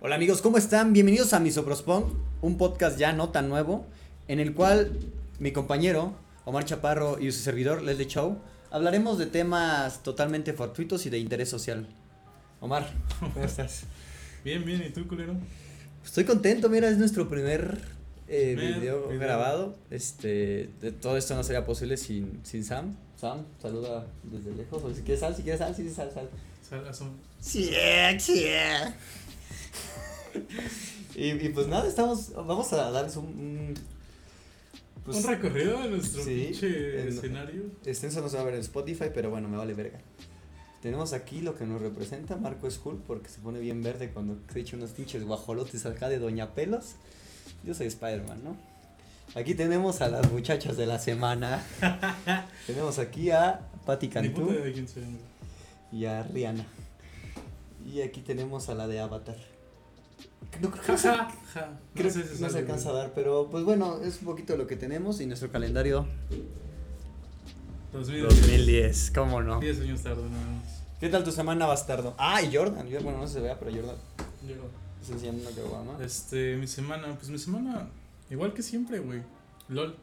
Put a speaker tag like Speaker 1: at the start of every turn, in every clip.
Speaker 1: Hola amigos, ¿cómo están? Bienvenidos a Misoprospon, un podcast ya no tan nuevo, en el cual mi compañero Omar Chaparro y su servidor Leslie Chow hablaremos de temas totalmente fortuitos y de interés social. Omar, ¿cómo estás?
Speaker 2: Bien, bien, ¿y tú, culero?
Speaker 1: Estoy contento, mira, es nuestro primer eh,
Speaker 2: Primer
Speaker 1: video,
Speaker 2: video.
Speaker 1: grabado. Este, de- todo esto no sería posible sin, sin Sam. Sam, saluda desde lejos. O si quieres Sam, si quieres Sam, sí, Sam, Sam.
Speaker 2: Salgas un-
Speaker 1: Sí, sí. y, y pues nada, estamos, vamos a darles un... un- pues,
Speaker 2: un recorrido a nuestro
Speaker 1: sí,
Speaker 2: pinche
Speaker 1: en-
Speaker 2: escenario.
Speaker 1: Extenso no se va a ver en Spotify, pero bueno, me vale verga. Tenemos aquí lo que nos representa Marco School, porque se pone bien verde cuando se echa unos pinches guajolotes acá de Doña Pelos. Yo soy Spider-Man, ¿no? Aquí tenemos a las muchachas de la semana. tenemos aquí a Patti
Speaker 2: Ni
Speaker 1: Cantú
Speaker 2: puta idea de quién soy, güey.
Speaker 1: y a Rihanna. Y aquí tenemos a la de Avatar. No creo que
Speaker 2: Ja,
Speaker 1: no se,
Speaker 2: ja, ja.
Speaker 1: creo
Speaker 2: sé
Speaker 1: que
Speaker 2: si
Speaker 1: no se
Speaker 2: sale,
Speaker 1: alcanza a
Speaker 2: güey.
Speaker 1: dar, pero pues bueno, es un poquito lo que tenemos y nuestro calendario
Speaker 2: 2010.
Speaker 1: 2010, cómo no.
Speaker 2: 10 años tarde, nada más.
Speaker 1: ¿Qué tal tu semana, bastardo? Ah, y Jordan. Yo- Bueno, no se vea, pero Jordan
Speaker 2: Llegó.
Speaker 1: está enseñando una caguama.
Speaker 2: Este, mi semana, pues mi semana, igual que siempre, güey. LOL.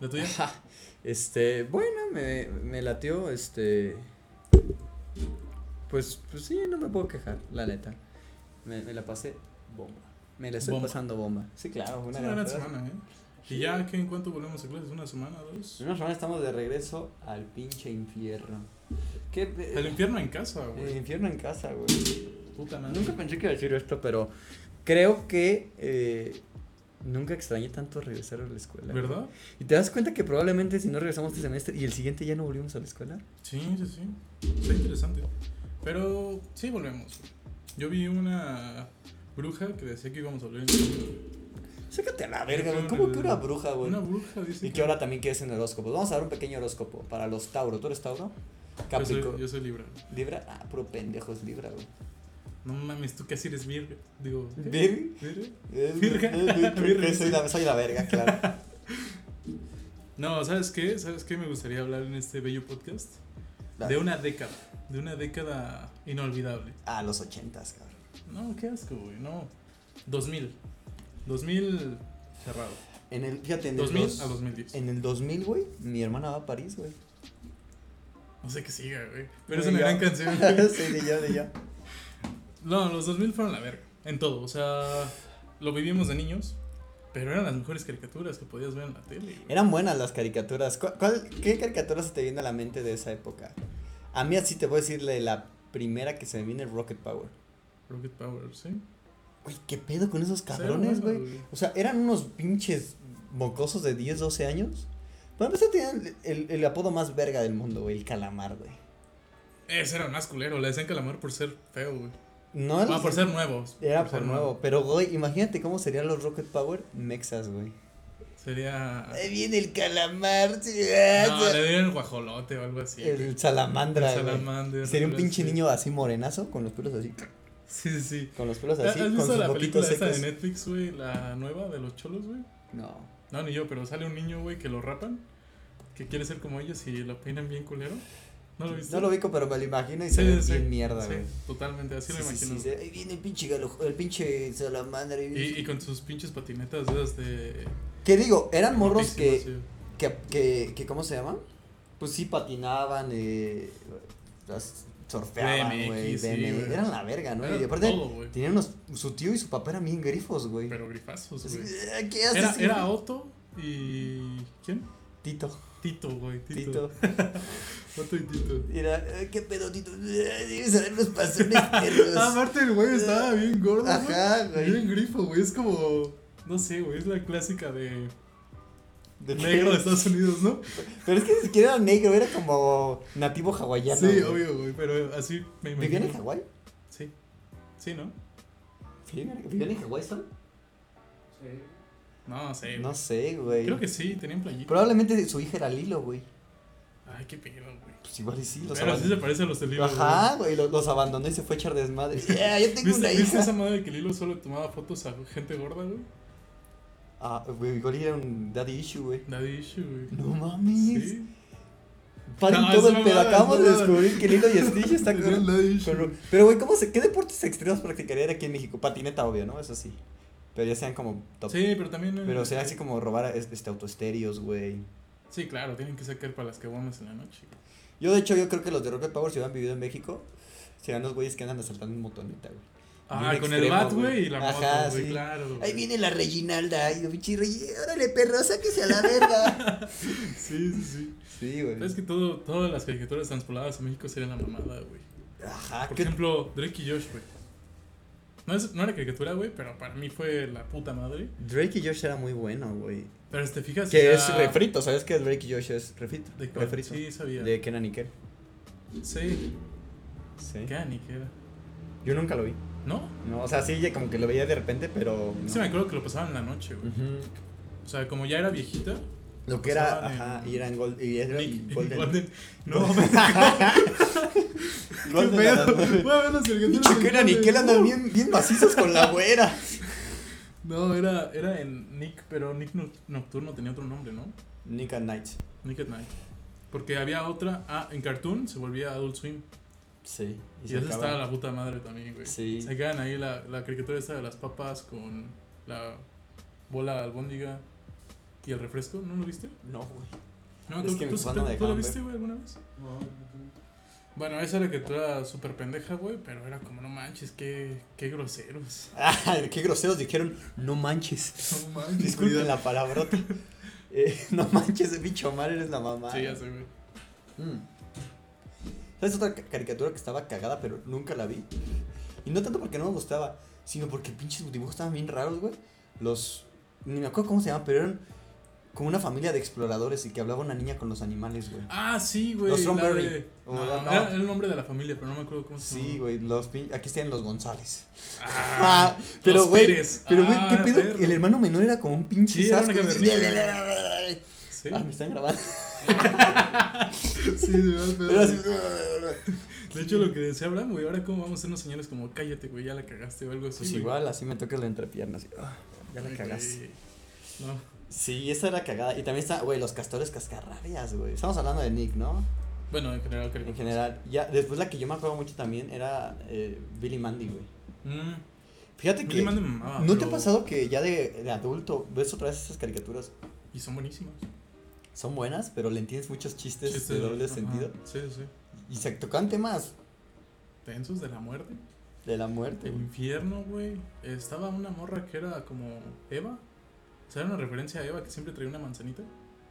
Speaker 2: ¿La tuya?
Speaker 1: Ajá. Este, bueno, me, me latió, este. Pues, pues sí, no me puedo quejar, la neta. Me, me la pasé bomba. Me la estoy
Speaker 2: Bomba.
Speaker 1: pasando bomba. Sí, claro,
Speaker 2: Es
Speaker 1: una,
Speaker 2: una gran
Speaker 1: peda.
Speaker 2: semana, ¿eh? Y ya, que ¿en cuánto volvemos a clases? ¿Una semana, dos?
Speaker 1: En una semana estamos de regreso al pinche infierno. ¿Qué?
Speaker 2: El infierno en casa,
Speaker 1: El
Speaker 2: güey.
Speaker 1: infierno en casa, güey.
Speaker 2: Puta madre.
Speaker 1: Nunca pensé que iba a decir esto, pero creo que eh, nunca extrañé tanto regresar a la escuela.
Speaker 2: ¿Verdad?
Speaker 1: Y te das cuenta que probablemente si no regresamos este semestre y el siguiente ya no volvimos a la escuela.
Speaker 2: Sí, sí, sí. Está interesante. Pero sí volvemos. Yo vi una bruja que decía que íbamos a volver.
Speaker 1: Sácate a la verga, güey. ¿Cómo que una bruja, güey?
Speaker 2: Una bruja, dice.
Speaker 1: Ah, Y que ahora también quieres en horóscopos. Vamos a dar un pequeño horóscopo para los Tauro. ¿Tú eres Tauro?
Speaker 2: Yo soy,
Speaker 1: Capricornio.
Speaker 2: yo soy Libra.
Speaker 1: Libra. Ah, puro pendejo es Libra, güey.
Speaker 2: No mames, tú casi eres Virgo. Digo, ¿qué?
Speaker 1: Vir- Eh,
Speaker 2: ¿Virgo? Virga.
Speaker 1: Virga. Soy la- Soy la verga, claro.
Speaker 2: No, ¿sabes qué? ¿Sabes qué me gustaría hablar en este bello podcast? De una década. De una década inolvidable.
Speaker 1: A los ochentas, cabrón.
Speaker 2: No, qué asco, güey. No. 2000. 2000 cerrado.
Speaker 1: En el, fíjate, en el
Speaker 2: 2000
Speaker 1: dos-
Speaker 2: a 2010.
Speaker 1: En el 2000, güey, mi hermana va a París, güey.
Speaker 2: No sé qué siga, güey. Pero es
Speaker 1: Güey,
Speaker 2: una gran
Speaker 1: ya.
Speaker 2: canción.
Speaker 1: sí, de ya, de ya.
Speaker 2: No, los 2000 fueron la verga. En todo. O sea, lo vivimos de niños. Pero eran las mejores caricaturas que podías ver en la tele. güey.
Speaker 1: Eran buenas las caricaturas. ¿Cuál, cuál- qué caricatura se te viene a la mente de esa época? A mí así te voy a decir la- la primera que se me viene Rocket Power.
Speaker 2: Rocket Power, sí.
Speaker 1: Güey, ¿qué pedo con esos
Speaker 2: Cero
Speaker 1: cabrones,
Speaker 2: bueno,
Speaker 1: güey? O sea, eran unos pinches mocosos de 10, 12 años. Para empezar, tenían el, el apodo más verga del mundo, güey, el calamar, güey.
Speaker 2: Ese era más culero. Le decían calamar por ser feo, güey.
Speaker 1: No
Speaker 2: Ah, por ser nuevos.
Speaker 1: Era por nuevo, pero güey, imagínate cómo serían los Rocket Power mexas, güey.
Speaker 2: Sería.
Speaker 1: Ahí viene el calamar, sí,
Speaker 2: Ah. No,
Speaker 1: ah,
Speaker 2: le dieron el guajolote o algo así. güey.
Speaker 1: el salamandra,
Speaker 2: El
Speaker 1: güey.
Speaker 2: salamander,
Speaker 1: Sería un
Speaker 2: algo
Speaker 1: pinche
Speaker 2: así.
Speaker 1: niño así morenazo, con los pelos así,
Speaker 2: Sí, sí, sí.
Speaker 1: con los pelos
Speaker 2: ¿Has
Speaker 1: así, con
Speaker 2: visto
Speaker 1: sus
Speaker 2: la película
Speaker 1: boquitos
Speaker 2: esta
Speaker 1: secos.
Speaker 2: de Netflix, güey? La nueva de los cholos, güey.
Speaker 1: No.
Speaker 2: No, ni yo, pero sale un niño, güey, que lo rapan. Que quiere ser como ellos y lo peinan bien culero. ¿No lo viste?
Speaker 1: No lo ubico, pero me lo imagino y se
Speaker 2: Sí,
Speaker 1: ve
Speaker 2: sí.
Speaker 1: bien mierda,
Speaker 2: Sí,
Speaker 1: güey.
Speaker 2: totalmente, así lo
Speaker 1: Sí, sí,
Speaker 2: imagino.
Speaker 1: sí, sí. Ahí viene el pinche galo- el pinche salamandra. ahí viene-
Speaker 2: Y, y con sus pinches patinetas de esas de.
Speaker 1: ¿Qué digo? Eran morros que,
Speaker 2: rotísimas,
Speaker 1: que, que, que, ¿cómo se llaman? Pues sí patinaban, eh, las- surfeaban,
Speaker 2: BMX,
Speaker 1: güey,
Speaker 2: sí,
Speaker 1: BMX,
Speaker 2: güey.
Speaker 1: eran la verga, Ah, ¿no?
Speaker 2: Era
Speaker 1: y aparte,
Speaker 2: todo, güey.
Speaker 1: tenían unos, su tío y su papá eran bien grifos,
Speaker 2: sí,
Speaker 1: güey.
Speaker 2: Pero grifazos,
Speaker 1: Así,
Speaker 2: güey.
Speaker 1: "Eh, ¿Qué haces?
Speaker 2: Era,
Speaker 1: hijo?"
Speaker 2: era Otto y. ¿Quién?
Speaker 1: Tito,
Speaker 2: Tito, güey.
Speaker 1: Tito.
Speaker 2: Tito. Otto y Tito.
Speaker 1: Era, "Eh, ¿qué pedo, Tito? Eh, Debes saber los pasones perros.
Speaker 2: Ah, aparte el güey estaba bien gordo. güey.
Speaker 1: Pues, eh, Ajá, güey.
Speaker 2: Bien grifo, güey. Es como. No sé, güey. Es la clásica de.
Speaker 1: ¿De qué?
Speaker 2: Negro de Estados Unidos, ¿no?
Speaker 1: Pero es que ni siquiera era negro, era como nativo hawaiano.
Speaker 2: sí,
Speaker 1: güey.
Speaker 2: obvio, güey. Pero así me imagino.
Speaker 1: ¿Vivían en Hawái?
Speaker 2: Sí. Sí, ¿no?
Speaker 1: Sí, ¿Vivían en Hawái, Sam?
Speaker 2: No sé, güey.
Speaker 1: No sé, güey.
Speaker 2: Creo que sí, tenían playita.
Speaker 1: Probablemente su hija era Lilo, güey.
Speaker 2: Ay, qué pedo, güey.
Speaker 1: Pues igual y sí, los
Speaker 2: Pero sí se
Speaker 1: abandonó.
Speaker 2: parece a los del libro.
Speaker 1: Ajá, güey, los, los abandonó y se fue a echar desmadre. Yeah, yo
Speaker 2: güey.
Speaker 1: tengo una
Speaker 2: ¿Viste, ¿Viste
Speaker 1: hija.
Speaker 2: esa madre que Lilo solo tomaba fotos a gente gorda, güey?
Speaker 1: Ah, güey, igual era un daddy issue, güey.
Speaker 2: Daddy issue, güey.
Speaker 1: No mames.
Speaker 2: Sí.
Speaker 1: Paren
Speaker 2: No,
Speaker 1: todo
Speaker 2: es
Speaker 1: el pedo.
Speaker 2: mamada,
Speaker 1: Acabamos
Speaker 2: es
Speaker 1: de
Speaker 2: mamada.
Speaker 1: descubrir que Lilo y Stitch está
Speaker 2: Es
Speaker 1: con,
Speaker 2: Lilo y
Speaker 1: con-
Speaker 2: Stitch.
Speaker 1: Pero, güey, ¿cómo se, ¿qué deportes extremos practicarían aquí en México? Patineta, obvio, ¿no? Eso sí. Pero ya sean como top.
Speaker 2: Sí, pero también. eh,
Speaker 1: Pero o sea, así como robar es- este, autoestéreos, güey.
Speaker 2: Sí, claro, tienen que sacar para las caguamas en la noche.
Speaker 1: Yo, de hecho, yo creo que los de Rocket Power, si hubieran vivido en México, serían los güeyes que andan asaltando en motoneta, güey.
Speaker 2: Ah,
Speaker 1: Bien
Speaker 2: con el
Speaker 1: extremo,
Speaker 2: bat,
Speaker 1: güey.
Speaker 2: güey, y la moto,
Speaker 1: Ajá,
Speaker 2: güey,
Speaker 1: sí.
Speaker 2: claro. güey.
Speaker 1: Ahí viene la Reginalda, ay, no, pinche Regi- órale, perro, sáquese a la verga.
Speaker 2: Sí, sí, sí.
Speaker 1: sí, güey.
Speaker 2: Es que todo, todas las caricaturas transpoladas a México serían la mamada, güey.
Speaker 1: Ajá,
Speaker 2: Por
Speaker 1: ¿qué?
Speaker 2: ejemplo, Drake y Josh, güey. No, es, no era caricatura, güey, pero para mí fue la puta madre.
Speaker 1: Drake y Josh era muy bueno, güey.
Speaker 2: Pero si te fijas.
Speaker 1: Que
Speaker 2: o
Speaker 1: es
Speaker 2: sea,
Speaker 1: refrito, ¿sabes que Drake y Josh es refrito?
Speaker 2: de cuál-
Speaker 1: refrito.
Speaker 2: Sí, sabía.
Speaker 1: De Kenan y Kel.
Speaker 2: Sí,
Speaker 1: Sí.
Speaker 2: Gani, que era.
Speaker 1: Yo nunca lo vi.
Speaker 2: ¿No?
Speaker 1: No, o sea, sí, ya como que lo veía de repente, pero. no.
Speaker 2: Sí, me acuerdo que lo pasaban en la noche, güey.
Speaker 1: Ujú.
Speaker 2: O sea, como ya era viejita.
Speaker 1: Lo que era,
Speaker 2: pasaban en-
Speaker 1: ajá, y eran Gold, y era
Speaker 2: Nick-
Speaker 1: Golden.
Speaker 2: Golden- No,
Speaker 1: Golden
Speaker 2: pedo?
Speaker 1: Adam.
Speaker 2: Voy a ver las caricaturas
Speaker 1: Pinche
Speaker 2: de
Speaker 1: Kenan y
Speaker 2: Golden.
Speaker 1: Kel andan bien, bien macizos con la güera.
Speaker 2: No, era, era en Nick, pero Nick Noc- Nocturno tenía otro nombre, ¿no?
Speaker 1: Nick and Knight.
Speaker 2: Nick at Night. Porque había otra. Ah, en Cartoon se volvía Adult Swim.
Speaker 1: Sí.
Speaker 2: Y,
Speaker 1: se
Speaker 2: esa
Speaker 1: acaba.
Speaker 2: estaba la puta madre también, güey.
Speaker 1: Sí.
Speaker 2: Sacaban ahí la, la caricatura esta de las papas con la bola de albóndiga y el refresco. ¿No lo viste?
Speaker 1: No, güey.
Speaker 2: No,
Speaker 1: Es
Speaker 2: tú,
Speaker 1: que
Speaker 2: tú-
Speaker 1: mis
Speaker 2: tú-
Speaker 1: papás no me
Speaker 2: tú lo
Speaker 1: dejaban
Speaker 2: viste, güey, alguna vez? Bueno, esa caricatura súper pendeja, güey, pero era como, no manches, qué, qué groseros.
Speaker 1: Ah, qué groseros dijeron, no manches.
Speaker 2: No manches.
Speaker 1: Disculpen la palabrota. Eh, no manches, bicho mal, eres la mamá.
Speaker 2: Sí, ya sé, güey.
Speaker 1: Mm. ¿Sabes otra ca- caricatura que estaba cagada, pero nunca la vi? Y no tanto porque no me gustaba, sino porque pinches dibujos estaban bien raros, güey. Los. Ni me acuerdo cómo se llamaban, pero eran como una familia de exploradores y que hablaba una niña con los animales, güey.
Speaker 2: Ah, sí, güey.
Speaker 1: Los
Speaker 2: la
Speaker 1: Thornberry.
Speaker 2: de-
Speaker 1: O
Speaker 2: No,
Speaker 1: la- no.
Speaker 2: Era el nombre de la familia, pero no me acuerdo cómo se
Speaker 1: Sí,
Speaker 2: llamaba.
Speaker 1: güey, los pin- aquí están los González.
Speaker 2: Ah,
Speaker 1: Ah, pero
Speaker 2: los
Speaker 1: güey,
Speaker 2: Pérez.
Speaker 1: pero güey,
Speaker 2: Ah,
Speaker 1: qué pedo,
Speaker 2: perro.
Speaker 1: el hermano menor era como un pinche
Speaker 2: Sí, era
Speaker 1: sasco.
Speaker 2: una Sí,
Speaker 1: Ah, me están grabando.
Speaker 2: sí, de verdad, pero-
Speaker 1: Era así.
Speaker 2: De hecho, lo que decía Abraham, güey, ahora cómo vamos a hacernos señales como cállate, güey, ya la cagaste o algo así.
Speaker 1: Pues
Speaker 2: güey.
Speaker 1: igual, así me tocas la entrepierna, así. ah, ya la
Speaker 2: Ay,
Speaker 1: cagaste.
Speaker 2: güey. No,
Speaker 1: Sí, esa era cagada. Y también está, güey, los castores cascarrabias, güey. Estamos hablando de Nick, ¿no?
Speaker 2: bueno, en general,
Speaker 1: En
Speaker 2: caricaturas.
Speaker 1: general. Ya, después la que yo me acuerdo mucho también era eh, Billy Mandy, güey.
Speaker 2: Mm,
Speaker 1: Fíjate
Speaker 2: Billy
Speaker 1: que.
Speaker 2: Mandy me mamaba,
Speaker 1: ¿No te ha
Speaker 2: pero-
Speaker 1: pasado que ya de, de adulto ves otra vez esas caricaturas?
Speaker 2: Y son buenísimos.
Speaker 1: Son buenas, pero le entiendes muchos chistes
Speaker 2: Chistes
Speaker 1: de doble
Speaker 2: ajá,
Speaker 1: sentido.
Speaker 2: Sí, sí.
Speaker 1: Y se tocan temas
Speaker 2: Tensos de la muerte.
Speaker 1: de la muerte.
Speaker 2: El
Speaker 1: güey.
Speaker 2: infierno, güey. Estaba una morra que era como Eva. O sea, era una referencia a Eva que siempre traía una manzanita.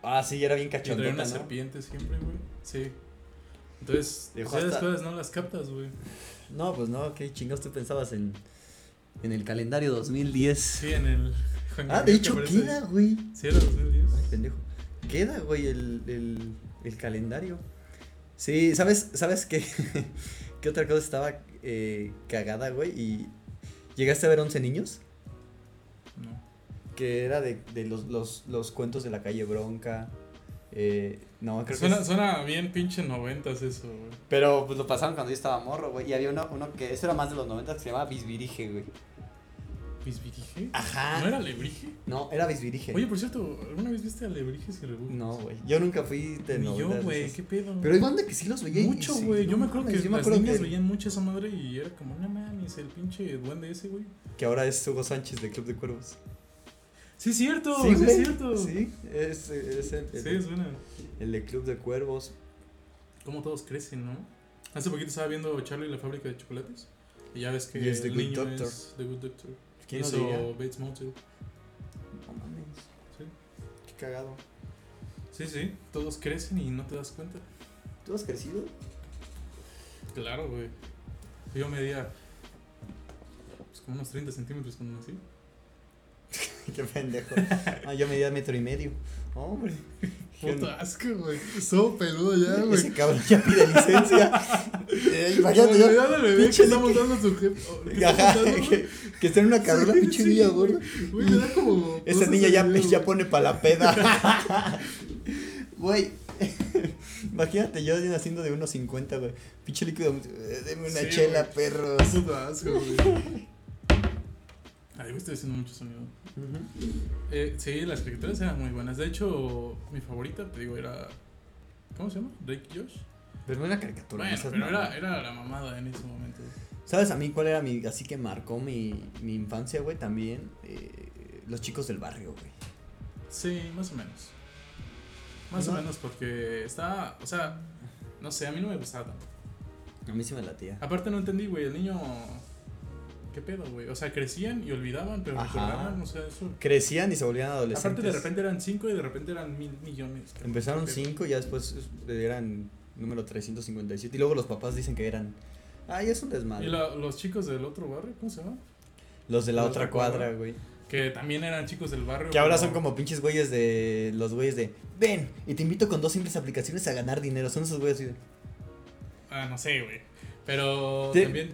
Speaker 1: Ah, sí, era bien
Speaker 2: Y traía
Speaker 1: cachondota,
Speaker 2: una
Speaker 1: ¿no?
Speaker 2: serpiente siempre, güey. Sí. Entonces,
Speaker 1: Dejó
Speaker 2: o sea, las
Speaker 1: hasta-
Speaker 2: cosas no las captas, güey.
Speaker 1: No, pues no, qué chingados tú pensabas en, en el calendario 2010.
Speaker 2: Sí, en el. Juan
Speaker 1: ah, de
Speaker 2: Gabriel que
Speaker 1: hecho
Speaker 2: aparece-
Speaker 1: queda, güey.
Speaker 2: Sí, era 2010.
Speaker 1: Ay, pendejo. Queda, güey, el, el, el calendario. Sí, ¿sabes, sabes qué? ¿Qué otra cosa estaba eh, cagada, güey? Y llegaste a ver 11 niños,
Speaker 2: No.
Speaker 1: que era de, de los, los, los cuentos de la calle Bronca. Eh, no, creo
Speaker 2: Suena,
Speaker 1: que... es-
Speaker 2: suena bien pinche noventas eso, güey.
Speaker 1: Pero pues, lo pasaron cuando yo estaba morro, güey. Y había uno, uno que, eso era más de los 90, que se llamaba Bisbirige, güey.
Speaker 2: ¿Bisbirige?
Speaker 1: Ajá.
Speaker 2: ¿No era Lebrige?
Speaker 1: No, era Bisbirige.
Speaker 2: Oye, por cierto, ¿alguna vez viste a Lebriges y Rebujos?
Speaker 1: No, güey. Yo nunca fui de
Speaker 2: Ni yo,
Speaker 1: noventas,
Speaker 2: güey,
Speaker 1: esas.
Speaker 2: qué pedo.
Speaker 1: Pero hay banda que sí los veía. y-
Speaker 2: Mucho,
Speaker 1: sí,
Speaker 2: güey.
Speaker 1: no
Speaker 2: yo me acuerdo
Speaker 1: mames,
Speaker 2: que
Speaker 1: yo me
Speaker 2: las
Speaker 1: acuerdo
Speaker 2: niñas
Speaker 1: que,
Speaker 2: veían mucho esa madre y era como, no mames, el pinche duende ese, güey.
Speaker 1: que ahora es Hugo Sánchez de Club de Cuervos.
Speaker 2: Sí, es cierto, sí, es
Speaker 1: güey,
Speaker 2: cierto. Sí,
Speaker 1: Sí, es, es el, el-
Speaker 2: suena.
Speaker 1: el de Club de Cuervos.
Speaker 2: Cómo todos crecen, ¿no? Hace poquito estaba viendo Charlie y la fábrica de chocolates. Y ya ves que
Speaker 1: Y es The
Speaker 2: el
Speaker 1: Good
Speaker 2: niño
Speaker 1: Doctor.
Speaker 2: es The Good Doctor.
Speaker 1: ¿Quién lo
Speaker 2: Hizo
Speaker 1: diría?
Speaker 2: Bates Motel.
Speaker 1: No mames,
Speaker 2: Sí.
Speaker 1: qué cagado.
Speaker 2: sí, sí, todos crecen y no te das cuenta.
Speaker 1: ¿Tú has crecido?
Speaker 2: Claro, güey. Yo medía pues, como unos 30 centímetros cuando nací.
Speaker 1: qué pendejo. Ah, yo medía metro y medio. Hombre.
Speaker 2: Puto asco, güey. Todo peludo
Speaker 1: Ese
Speaker 2: ya, Ah, güey.
Speaker 1: cabrón ya pide licencia. Eh, Imagínate, yo-
Speaker 2: Cuidado, bebé, que
Speaker 1: pinche
Speaker 2: está montando su jefe. Oh, ¿qué está
Speaker 1: Ajá,
Speaker 2: montando?
Speaker 1: que, que está en una carrola,
Speaker 2: Sí,
Speaker 1: pinche
Speaker 2: sí,
Speaker 1: niña
Speaker 2: güey.
Speaker 1: gorda.
Speaker 2: Güey, me da como.
Speaker 1: Esa
Speaker 2: cosas
Speaker 1: niña
Speaker 2: de
Speaker 1: ya,
Speaker 2: miedo,
Speaker 1: ya
Speaker 2: güey.
Speaker 1: pone pa' la peda. Güey. Imagínate yo haciendo de unos 50, güey. Pinche líquido. eh, Deme una
Speaker 2: Sí,
Speaker 1: chela,
Speaker 2: güey.
Speaker 1: perros.
Speaker 2: Puto asco, güey. Ay, güey, estoy haciendo mucho sonido. Eh, sí, las caricaturas eran muy buenas. De hecho, mi favorita, te digo, era ¿Cómo se llama? Drake Josh.
Speaker 1: Pero no era caricatura.
Speaker 2: Bueno,
Speaker 1: no seas
Speaker 2: pero
Speaker 1: mamón.
Speaker 2: era, era la mamada en ese momento.
Speaker 1: ¿Sabes a mí cuál era mi. Así que marcó mi, mi infancia, güey, también? Eh, los chicos del barrio, güey.
Speaker 2: Sí, más o menos. Más o
Speaker 1: No.
Speaker 2: menos porque estaba, o sea, no sé, a mí no me gustaba. tanto.
Speaker 1: A mí sí me latía.
Speaker 2: Aparte no entendí, güey, el niño... ¿Qué pedo, güey? O sea, crecían y olvidaban, pero
Speaker 1: Ajá.
Speaker 2: recordaban, o sea, eso...
Speaker 1: Crecían y se volvían adolescentes.
Speaker 2: Aparte de repente eran cinco y de repente eran mil millones. cabrón.
Speaker 1: Empezaron
Speaker 2: ¿Qué pedo?
Speaker 1: 5 y ya después eh, eran número 357. Y luego los papás dicen que eran. Ay, es un desmadre.
Speaker 2: Y la- los chicos del otro barrio, ¿cómo se llama?
Speaker 1: los de la
Speaker 2: los
Speaker 1: otra
Speaker 2: de cuadra.
Speaker 1: cuadra, güey.
Speaker 2: Que también eran chicos del barrio.
Speaker 1: Que ahora
Speaker 2: pero-
Speaker 1: son como pinches güeyes de. Los güeyes de. Ven, y te invito con dos simples aplicaciones a ganar dinero. Son esos güeyes así de.
Speaker 2: Ah, no sé, güey. Pero
Speaker 1: Te-
Speaker 2: también...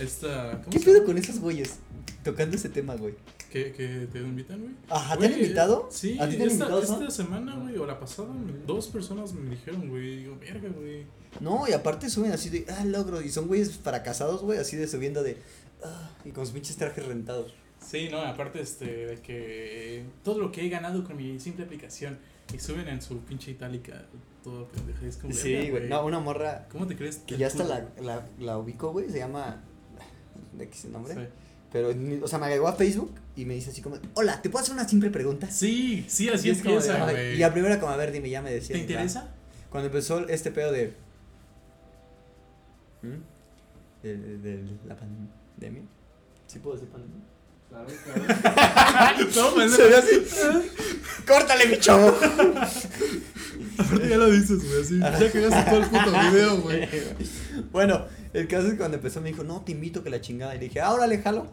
Speaker 2: Esta... ¿cómo
Speaker 1: ¿Qué
Speaker 2: se
Speaker 1: pedo
Speaker 2: llama?
Speaker 1: con esos güeyes? Tocando ese tema, güey.
Speaker 2: Que, que te invitan, güey.
Speaker 1: Ajá, ¿te han
Speaker 2: Güey,
Speaker 1: invitado?
Speaker 2: Sí,
Speaker 1: ¿A ti te han
Speaker 2: esta,
Speaker 1: invitado, Sam?
Speaker 2: esta semana, güey, o la pasada, me- dos personas me dijeron, güey, digo, verga, güey.
Speaker 1: No, y aparte suben así de. Ah, logro. Y son güeyes fracasados, güey, así de subiendo de. "Ah", y con sus pinches trajes rentados.
Speaker 2: Sí, no, aparte, este, de que todo lo que he ganado con mi simple aplicación y suben en su pinche itálica, todo pendejo, es como,
Speaker 1: Sí,
Speaker 2: verga,
Speaker 1: güey. No, una morra.
Speaker 2: ¿Cómo te crees?
Speaker 1: Que
Speaker 2: el
Speaker 1: ya hasta
Speaker 2: puto?
Speaker 1: la, la, la ubico, güey, se llama... ¿De qué es el nombre?
Speaker 2: Sí.
Speaker 1: Pero, ni- o sea, me agregó a Facebook y me dice así como, hola, ¿te puedo hacer una simple pregunta?
Speaker 2: Sí, sí, así
Speaker 1: Y es como de,
Speaker 2: empieza,
Speaker 1: "Ay",
Speaker 2: güey.
Speaker 1: Y a primera como, a ver, dime, ya me decía.
Speaker 2: ¿Te
Speaker 1: y va.
Speaker 2: interesa?
Speaker 1: Cuando empezó este pedo de... ¿Mm? De, de- de la pandemia. ¿Sí puedo decir pandemia?
Speaker 2: no, pues,
Speaker 1: Se ve así. ¡Córtale, mi chavo!
Speaker 2: aparte ya lo dices, güey, así, ya cagaste todo el puto video, güey.
Speaker 1: bueno, el caso es que cuando empezó me dijo, no, te invito que la chingada. Y le dije, ahora le jalo.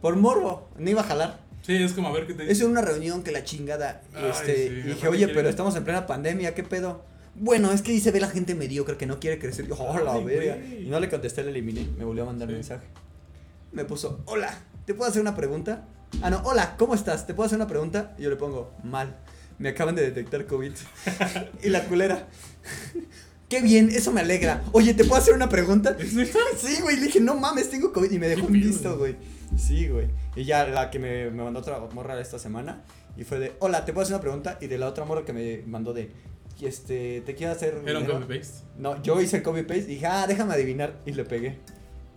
Speaker 1: Por morbo, no iba a jalar.
Speaker 2: Sí, es como a ver qué te
Speaker 1: Es en una reunión que la chingada.
Speaker 2: Ay,
Speaker 1: este,
Speaker 2: sí,
Speaker 1: y
Speaker 2: aparte
Speaker 1: dije, oye,
Speaker 2: quieren-
Speaker 1: pero estamos en plena pandemia, ¿qué pedo? Bueno, es que ahí se ve la gente mediocre que no quiere crecer. Y Yo, oh, la
Speaker 2: Ay, güey.
Speaker 1: verga. Y no le contesté, le eliminé. Me volvió a mandar
Speaker 2: Sí.
Speaker 1: mensaje. Me puso, hola, ¿te puedo hacer una pregunta? Ah, no, hola, ¿cómo estás? ¿Te puedo hacer una pregunta? Y yo le pongo, mal. Me acaban de detectar COVID. y la culera. Qué bien, eso me alegra. Oye, ¿te puedo hacer una pregunta?
Speaker 2: ¿Es neta?
Speaker 1: Sí, güey, le dije, no mames, tengo COVID. Y me dejó
Speaker 2: Qué
Speaker 1: en
Speaker 2: pedo,
Speaker 1: visto, güey. Sí, güey. Y ya la que me, me mandó otra morra esta semana. Y fue de, hola, ¿te puedo hacer una pregunta? Y de la otra morra que me mandó de, este, te quiero hacer.
Speaker 2: Era un
Speaker 1: era-
Speaker 2: copy-paste.
Speaker 1: No, yo hice el copy paste. Y dije, ah, déjame adivinar. Y le pegué.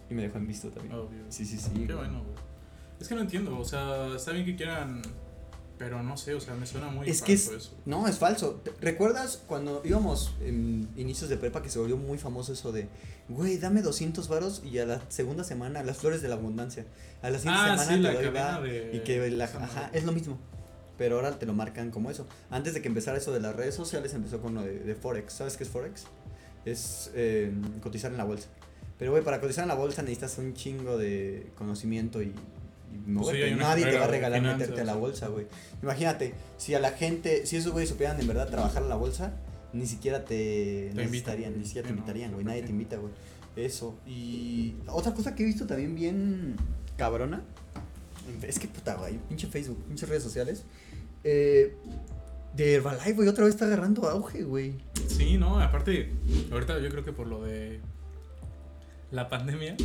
Speaker 1: Y me dejó en visto también.
Speaker 2: Obvio.
Speaker 1: Sí, sí, sí.
Speaker 2: Oh. Qué
Speaker 1: güey.
Speaker 2: bueno, güey. Es que no entiendo, o sea, está bien que quieran, pero no sé, o sea, me suena muy
Speaker 1: Es que
Speaker 2: falso eso.
Speaker 1: No, es falso. ¿Te- ¿Recuerdas cuando íbamos en inicios de prepa que se volvió muy famoso eso de, güey, dame 200 varos y a la segunda semana, las flores de la abundancia? A la siguiente
Speaker 2: Ah,
Speaker 1: semana
Speaker 2: sí,
Speaker 1: te
Speaker 2: la
Speaker 1: doy
Speaker 2: cadena
Speaker 1: va-
Speaker 2: de-
Speaker 1: Y que la-
Speaker 2: esa madre.
Speaker 1: ajá, es lo mismo. Pero ahora te lo marcan como eso. Antes de que empezara eso de las redes sociales, empezó con lo de, de Forex. ¿Sabes qué es Forex? Es eh, cotizar en la bolsa. Pero, güey, para cotizar en la bolsa necesitas un chingo de conocimiento y, y moverte.
Speaker 2: Pues hay una
Speaker 1: Nadie te
Speaker 2: carrera
Speaker 1: va a
Speaker 2: de
Speaker 1: regalar
Speaker 2: finanzas,
Speaker 1: meterte a la
Speaker 2: sí.
Speaker 1: bolsa, güey. Imagínate, si a la gente, si esos güeyes supieran en verdad trabajar a la bolsa, ni siquiera te,
Speaker 2: invitan,
Speaker 1: necesitarían, ni
Speaker 2: güey.
Speaker 1: siquiera te
Speaker 2: Sí, no,
Speaker 1: invitarían, güey.
Speaker 2: ¿por
Speaker 1: Nadie
Speaker 2: qué?
Speaker 1: te invita, güey. Eso. Y otra cosa que he visto también bien cabrona. Es que puta, güey. Pinche Facebook, pinches redes sociales. Eh, de Herbalife, güey, otra vez está agarrando auge, güey.
Speaker 2: Sí, no, aparte, ahorita yo creo que por lo de la pandemia,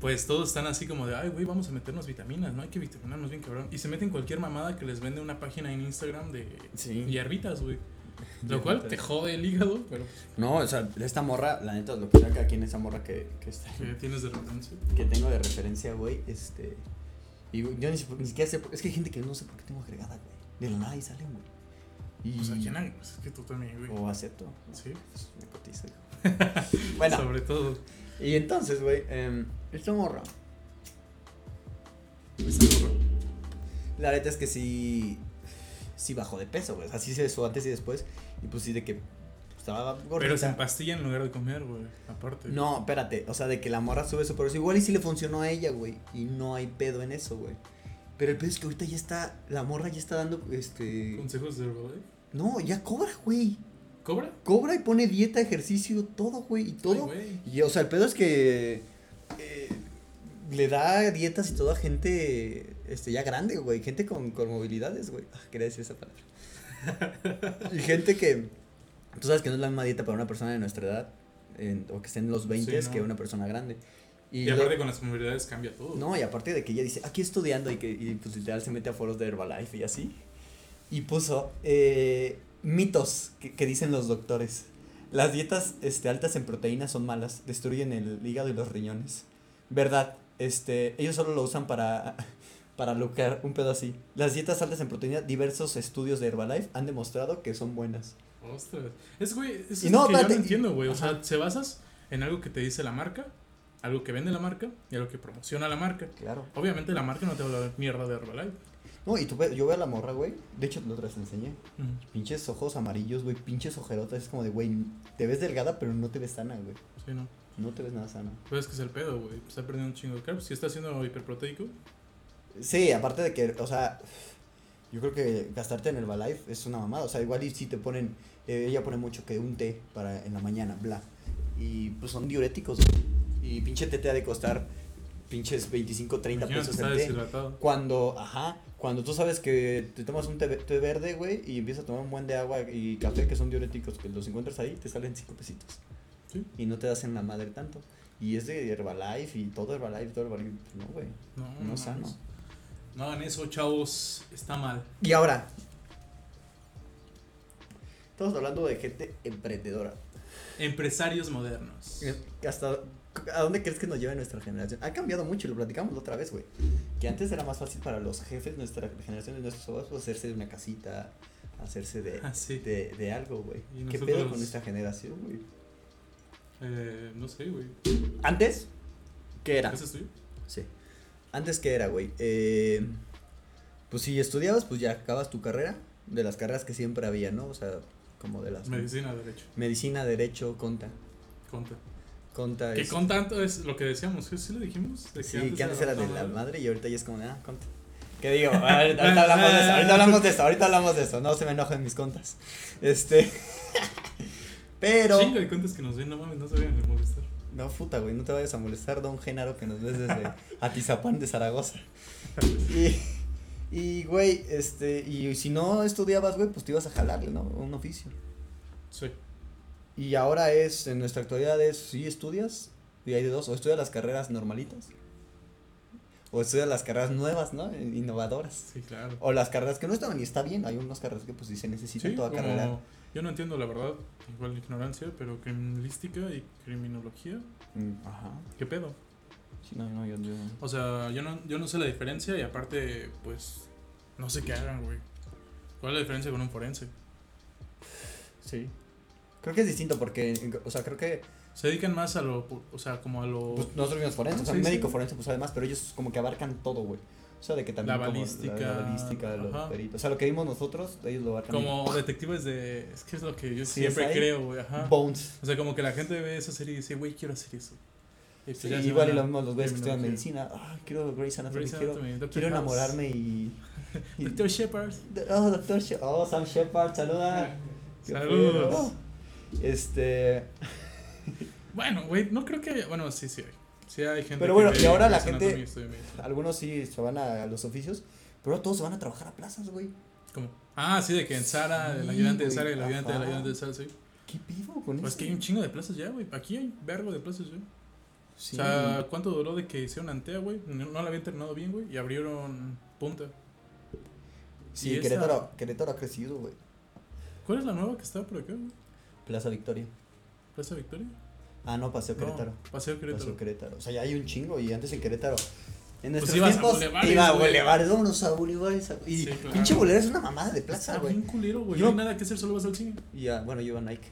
Speaker 2: pues todos están así como de, ay, güey, vamos a meternos vitaminas, ¿no? Hay que vitaminarnos bien, cabrón. Y se meten cualquier mamada que les vende una página en Instagram de
Speaker 1: Sí.
Speaker 2: hierbitas, güey. Lo cual te jode el hígado, pero
Speaker 1: No, o sea, esta morra, la neta, lo que saca aquí en esa morra que, que está
Speaker 2: pues, que tienes de referencia.
Speaker 1: que tengo de referencia, güey, este. Y güey, yo ni, si- ni siquiera sé. por- Es que hay gente que no sé por qué tengo agregada, güey. De la nada y salen, güey. Y. Oh.
Speaker 2: Pues a quién hay, pues es que tú también, güey.
Speaker 1: O acepto.
Speaker 2: Sí,
Speaker 1: Pues, me cotizo, hijo. bueno,
Speaker 2: sobre todo.
Speaker 1: y entonces, güey, em, esta morra. La neta es que sí. Sí bajó de peso, güey. Así se su antes y después. Y pues sí, de que estaba gordita.
Speaker 2: Pero se empastillan en lugar de comer, güey. Aparte.
Speaker 1: No, espérate, o sea, de que la morra sube su peso. Igual y si le funcionó a ella, güey. Y no hay pedo en eso, güey. Pero el pedo es que ahorita ya está, la morra ya está dando, este...
Speaker 2: ¿Consejos de Herbalife?
Speaker 1: No, ya cobra, güey.
Speaker 2: ¿Cobra?
Speaker 1: Cobra y pone dieta, ejercicio, todo, güey. Y
Speaker 2: Ay,
Speaker 1: todo.
Speaker 2: güey.
Speaker 1: y, o sea, el pedo es que... eh, le da dietas y todo a gente, este, ya grande, güey. Gente con, con movilidades, güey. Ah, quería decir esa palabra. y gente que... Tú sabes que no es la misma dieta para una persona de nuestra edad. en- o que esté en los 20
Speaker 2: no.
Speaker 1: que una persona grande.
Speaker 2: Y,
Speaker 1: Y, lo-
Speaker 2: aparte con las comunidades cambia todo.
Speaker 1: no, y aparte de que ella dice, aquí estudiando y que y, pues literal se mete a foros de Herbalife y así. Y puso, eh, mitos que, que dicen los doctores. Las dietas este, altas en proteínas son malas, destruyen el hígado y los riñones. Verdad, este, ellos solo lo usan para, para lucrar un pedo así. Las dietas altas en proteínas, diversos estudios de Herbalife han demostrado que son buenas.
Speaker 2: Ostras. Es, güey, eso es
Speaker 1: Y no,
Speaker 2: lo que yo no
Speaker 1: espérate, y-
Speaker 2: entiendo, güey. O
Speaker 1: ajá.
Speaker 2: sea, se basas en algo que te dice la marca, algo que vende la marca y algo que promociona la marca.
Speaker 1: Claro.
Speaker 2: Obviamente la marca no te va a hablar mierda de Herbalife.
Speaker 1: No, y tú, ve- yo veo a la morra, güey. De hecho, la otra vez te enseñé.
Speaker 2: Ujú.
Speaker 1: Pinches ojos amarillos, güey. Pinches ojerotas. Es como de, güey, te ves delgada, pero no te ves sana, güey.
Speaker 2: Sí, no.
Speaker 1: No te ves nada sana.
Speaker 2: Pues es que es el pedo, güey. Está perdiendo un chingo de carbs. Si está siendo hiperproteico,
Speaker 1: Sí, aparte de que, o sea, yo creo que gastarte en el Herbalife es una mamada. O sea, igual y si te ponen, eh, ella pone mucho que un té para en la mañana, bla. Y pues son diuréticos, güey. Y pinche té te ha de costar pinches 25, 30
Speaker 2: imagínate
Speaker 1: pesos
Speaker 2: pues está
Speaker 1: el té.
Speaker 2: deshidratado.
Speaker 1: Cuando, ajá, cuando tú sabes que te tomas un té, ve- té verde, güey, y empiezas a tomar un buen de agua y café, que son diuréticos, que los encuentras ahí, te salen cinco pesitos.
Speaker 2: Sí.
Speaker 1: Y no te hacen la madre tanto. Y es de Herbalife y todo Herbalife, todo Herbalife. pues, No, güey,
Speaker 2: No,
Speaker 1: no
Speaker 2: mames.
Speaker 1: sano.
Speaker 2: No hagan eso, chavos. Está mal.
Speaker 1: Y ahora, estamos hablando de gente emprendedora.
Speaker 2: Empresarios modernos.
Speaker 1: Eh, ¿Hasta a dónde crees que nos lleva nuestra generación? Ha cambiado mucho y lo platicamos la otra vez, güey. Que antes era más fácil para los jefes, nuestra generación de nuestros abuelos, pues, hacerse de una casita, hacerse de,
Speaker 2: Ah, sí.
Speaker 1: de, de algo, güey.
Speaker 2: Y
Speaker 1: ¿Qué
Speaker 2: nosotros-
Speaker 1: pedo con esta generación, güey?
Speaker 2: Eh, no sé, güey.
Speaker 1: Antes, ¿qué era?
Speaker 2: ¿Qué haces tú?
Speaker 1: Sí. Antes, ¿qué era, güey? Eh, pues si estudiabas, pues ya acabas tu carrera, de las carreras que siempre había, ¿no? O sea, como de las...
Speaker 2: Medicina, derecho.
Speaker 1: Medicina, derecho, conta.
Speaker 2: Conta.
Speaker 1: Conta
Speaker 2: Que
Speaker 1: es-
Speaker 2: con tanto es lo que decíamos, ¿sí, sí lo dijimos? De
Speaker 1: Sí, que antes era de la
Speaker 2: madre.
Speaker 1: madre y ahorita ya es como de, ah, conta. ¿Qué digo? Ah, Ahorita ahorita hablamos de eso, ahorita hablamos de eso, ahorita hablamos de eso. No se me enojen mis contas. Este. Pero.
Speaker 2: Chingo de cuentas que nos ven, no mames, no sabían de molestar.
Speaker 1: No, puta, güey, no te vayas a molestar, don Genaro, que nos ves desde Atizapán de Zaragoza. Y, y, güey, este. Y si no estudiabas, güey, pues te ibas a jalarle, ¿no? Un oficio.
Speaker 2: Sí.
Speaker 1: Y ahora es, en nuestra actualidad es, sí estudias, y hay de dos, o estudias las carreras normalitas, o estudias las carreras nuevas, ¿no? In- Innovadoras.
Speaker 2: Sí, claro.
Speaker 1: O las carreras que no estaban y está bien, hay unas carreras que pues sí se necesitan
Speaker 2: Sí,
Speaker 1: toda
Speaker 2: como-
Speaker 1: carrera.
Speaker 2: Yo no entiendo la verdad, igual la ignorancia, pero criminalística y criminología,
Speaker 1: Mm, Ajá.
Speaker 2: ¿qué pedo?
Speaker 1: Sí, no, no, yo, yo-
Speaker 2: O sea, yo no, yo no sé la diferencia y aparte, pues, no sé qué hagan, güey. ¿Cuál es la diferencia con un forense?
Speaker 1: Sí. Creo que es distinto porque, o sea, creo que
Speaker 2: Se dedican más a lo, pu- o sea, como a lo...
Speaker 1: pues, nosotros mismos forenses, o sea,
Speaker 2: Sí, sí.
Speaker 1: médico forense pues además, pero ellos como que abarcan todo, güey. O sea, de que también como
Speaker 2: balística,
Speaker 1: la balística, los
Speaker 2: ajá.
Speaker 1: peritos. O sea, lo que vimos nosotros, ellos lo abarcan.
Speaker 2: como detectives de... Es que es lo que yo
Speaker 1: Sí,
Speaker 2: siempre
Speaker 1: es ahí.
Speaker 2: creo, güey, ajá.
Speaker 1: Bones.
Speaker 2: O sea, como que la gente ve esa serie y dice, güey, quiero hacer eso. Y pues
Speaker 1: Sí,
Speaker 2: ya se
Speaker 1: igual y
Speaker 2: van a
Speaker 1: lo mismo los güeyes que estudian
Speaker 2: criminología.
Speaker 1: medicina. Ah, quiero Grey's Anatomy,
Speaker 2: Grey's
Speaker 1: quiero,
Speaker 2: Anatomy, Dr.
Speaker 1: quiero
Speaker 2: House.
Speaker 1: enamorarme y... y-
Speaker 2: Doctor Shepard.
Speaker 1: oh, doctor She- oh, Sam Shepard, saluda. Qué
Speaker 2: Saludos.
Speaker 1: pedo. Este...
Speaker 2: Bueno, güey, no creo que haya. Bueno, sí, sí hay. Sí hay gente.
Speaker 1: Pero bueno,
Speaker 2: que
Speaker 1: y ahora la
Speaker 2: Grey's
Speaker 1: gente-
Speaker 2: Anatomy y estudia medicina.
Speaker 1: Algunos sí se van a, a los oficios, pero todos se van a trabajar a plazas, güey.
Speaker 2: ¿Cómo? Ah, sí, de que en Sara, el
Speaker 1: Sí,
Speaker 2: ayudante de
Speaker 1: güey,
Speaker 2: Sara, el ayudante del
Speaker 1: ajá.
Speaker 2: ayudante de Sara, sí.
Speaker 1: ¿Qué pido con
Speaker 2: Pues
Speaker 1: eso?
Speaker 2: que hay un chingo de plazas ya, güey. Aquí hay vergo de plazas ya.
Speaker 1: Sí.
Speaker 2: O sea, ¿cuánto duró de que hicieron Antea, güey? No, no la habían terminado bien, güey. Y abrieron Punta.
Speaker 1: sí,
Speaker 2: y
Speaker 1: Querétaro, Querétaro ha crecido, güey.
Speaker 2: ¿Cuál es la nueva que está por acá, güey?
Speaker 1: Plaza Victoria.
Speaker 2: ¿Plaza Victoria?
Speaker 1: Ah, no, Paseo
Speaker 2: No,
Speaker 1: Querétaro.
Speaker 2: Paseo
Speaker 1: Paseo
Speaker 2: Querétaro.
Speaker 1: Querétaro. O sea, ya hay un chingo y antes en Querétaro. En
Speaker 2: Pues
Speaker 1: nuestros
Speaker 2: ibas a
Speaker 1: tiempos
Speaker 2: bulevares,
Speaker 1: iba a
Speaker 2: güey.
Speaker 1: bulevares, vámonos a bulevares. a- Y
Speaker 2: Sí, claro.
Speaker 1: pinche bulevar es una mamada de plaza,
Speaker 2: Está
Speaker 1: güey.
Speaker 2: bien culero, güey.
Speaker 1: Yo-
Speaker 2: No hay nada que hacer, solo vas al cine.
Speaker 1: Y ya, bueno, yo iba a Nike.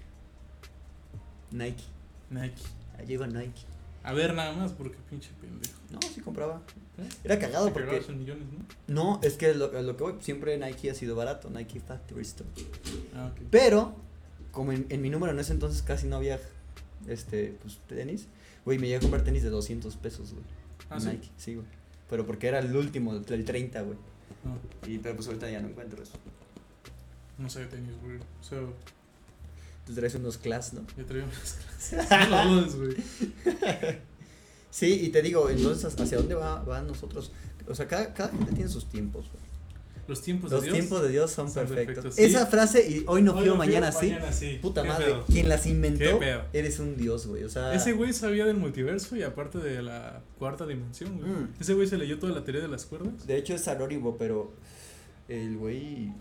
Speaker 1: Nike.
Speaker 2: Nike.
Speaker 1: Ah, Yo iba a Nike.
Speaker 2: A ver nada más, porque pinche pendejo.
Speaker 1: No, sí compraba.
Speaker 2: ¿Eh?
Speaker 1: Era cagado
Speaker 2: Te cagabas
Speaker 1: Ah, porque.
Speaker 2: en millones, ¿no?
Speaker 1: No, es que lo, lo que voy, siempre Nike ha sido barato, Nike Factory Store.
Speaker 2: Ah, ok.
Speaker 1: Pero, como en, en mi número en ese entonces casi no había este, pues, tenis, güey, me llegué a comprar tenis de 200 pesos, güey.
Speaker 2: Ah, sí.
Speaker 1: Nike, sí, güey. Pero porque era el último, el 30, güey.
Speaker 2: No.
Speaker 1: Y pero pues ahorita ya no encuentro eso.
Speaker 2: No sé de tenis, güey. O sea,
Speaker 1: Tú traes unos class, ¿no?
Speaker 2: ya traía unas clases. No lo dudes, güey.
Speaker 1: Sí, y te digo, entonces, ¿hacia dónde va, van nosotros? O sea, cada, cada gente tiene sus tiempos, güey.
Speaker 2: Los tiempos
Speaker 1: Los
Speaker 2: Pues, de Dios.
Speaker 1: tiempos de Dios son,
Speaker 2: son
Speaker 1: perfectos.
Speaker 2: perfectos,
Speaker 1: Esa
Speaker 2: sí.
Speaker 1: frase, y hoy no
Speaker 2: Hoy
Speaker 1: fío,
Speaker 2: no fío,
Speaker 1: mañana sí.
Speaker 2: mañana sí.
Speaker 1: Puta
Speaker 2: Qué
Speaker 1: madre,
Speaker 2: pedo.
Speaker 1: quien las
Speaker 2: Qué
Speaker 1: inventó,
Speaker 2: pedo.
Speaker 1: eres un dios, güey. O sea,
Speaker 2: Ese güey sabía del multiverso y aparte de la cuarta dimensión, güey.
Speaker 1: Mm.
Speaker 2: Ese güey se leyó toda la teoría de las cuerdas.
Speaker 1: de hecho es anónimo, pero el güey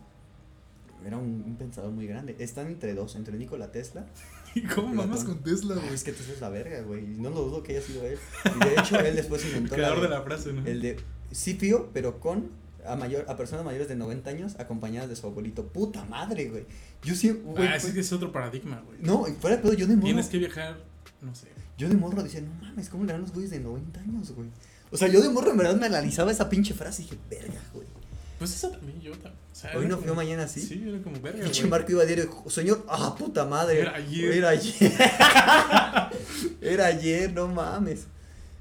Speaker 1: era un, un pensador muy grande. Están entre dos, entre Nikola Tesla.
Speaker 2: ¿Y cómo
Speaker 1: Platón.
Speaker 2: mamas con Tesla, güey?
Speaker 1: Es que Tesla es la verga, güey. y No lo dudo que haya sido él. Y de hecho, él después
Speaker 2: El
Speaker 1: inventó
Speaker 2: creador de la frase, ¿no?
Speaker 1: el de Cipio, pero con a mayor a personas mayores de 90 años acompañadas de su abuelito. Puta madre, güey. Yo sí, güey.
Speaker 2: ah,
Speaker 1: fue-
Speaker 2: sí que es otro paradigma, güey.
Speaker 1: No, y fuera de pedo, yo de morro.
Speaker 2: Tienes que viajar, no sé.
Speaker 1: Yo de morro decía, no mames, ¿cómo le dan los güeyes de 90 años, güey? O sea, yo de morro en verdad me analizaba esa pinche frase y dije, verga, güey.
Speaker 2: Pues esa también yo también. O sea,
Speaker 1: Hoy
Speaker 2: era
Speaker 1: no
Speaker 2: como-
Speaker 1: fui mañana así.
Speaker 2: Sí, era como verga,
Speaker 1: Pinche
Speaker 2: güey.
Speaker 1: Marco iba a diario, señor, ah, puta madre.
Speaker 2: Era ayer.
Speaker 1: Era ayer. Era ayer, no mames.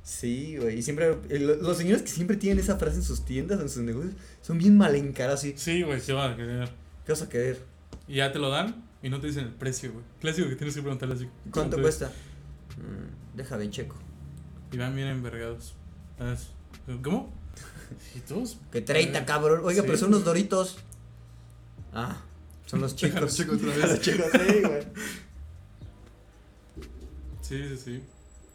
Speaker 1: Sí, güey. Y siempre, el- los señores que siempre tienen esa frase en sus tiendas, en sus negocios, son bien mal encarados y,
Speaker 2: Sí, güey, se va a quedar.
Speaker 1: ¿qué vas a querer?
Speaker 2: Y ya te lo dan y no te dicen el precio, güey. Clásico que tienes que preguntarle así.
Speaker 1: ¿Cuánto
Speaker 2: es?
Speaker 1: cuesta? Mm, déjame en checo.
Speaker 2: Y van bien envergados. ¿Sabes? ¿Cómo? Y todos. Eh,
Speaker 1: Que 30, cabrón. Oiga,
Speaker 2: Ah, Sí.
Speaker 1: pero son unos doritos. Ah, son los chicos.
Speaker 2: Los chicos
Speaker 1: Los
Speaker 2: otra vez.
Speaker 1: chicos, sí, güey.
Speaker 2: Sí, sí, sí.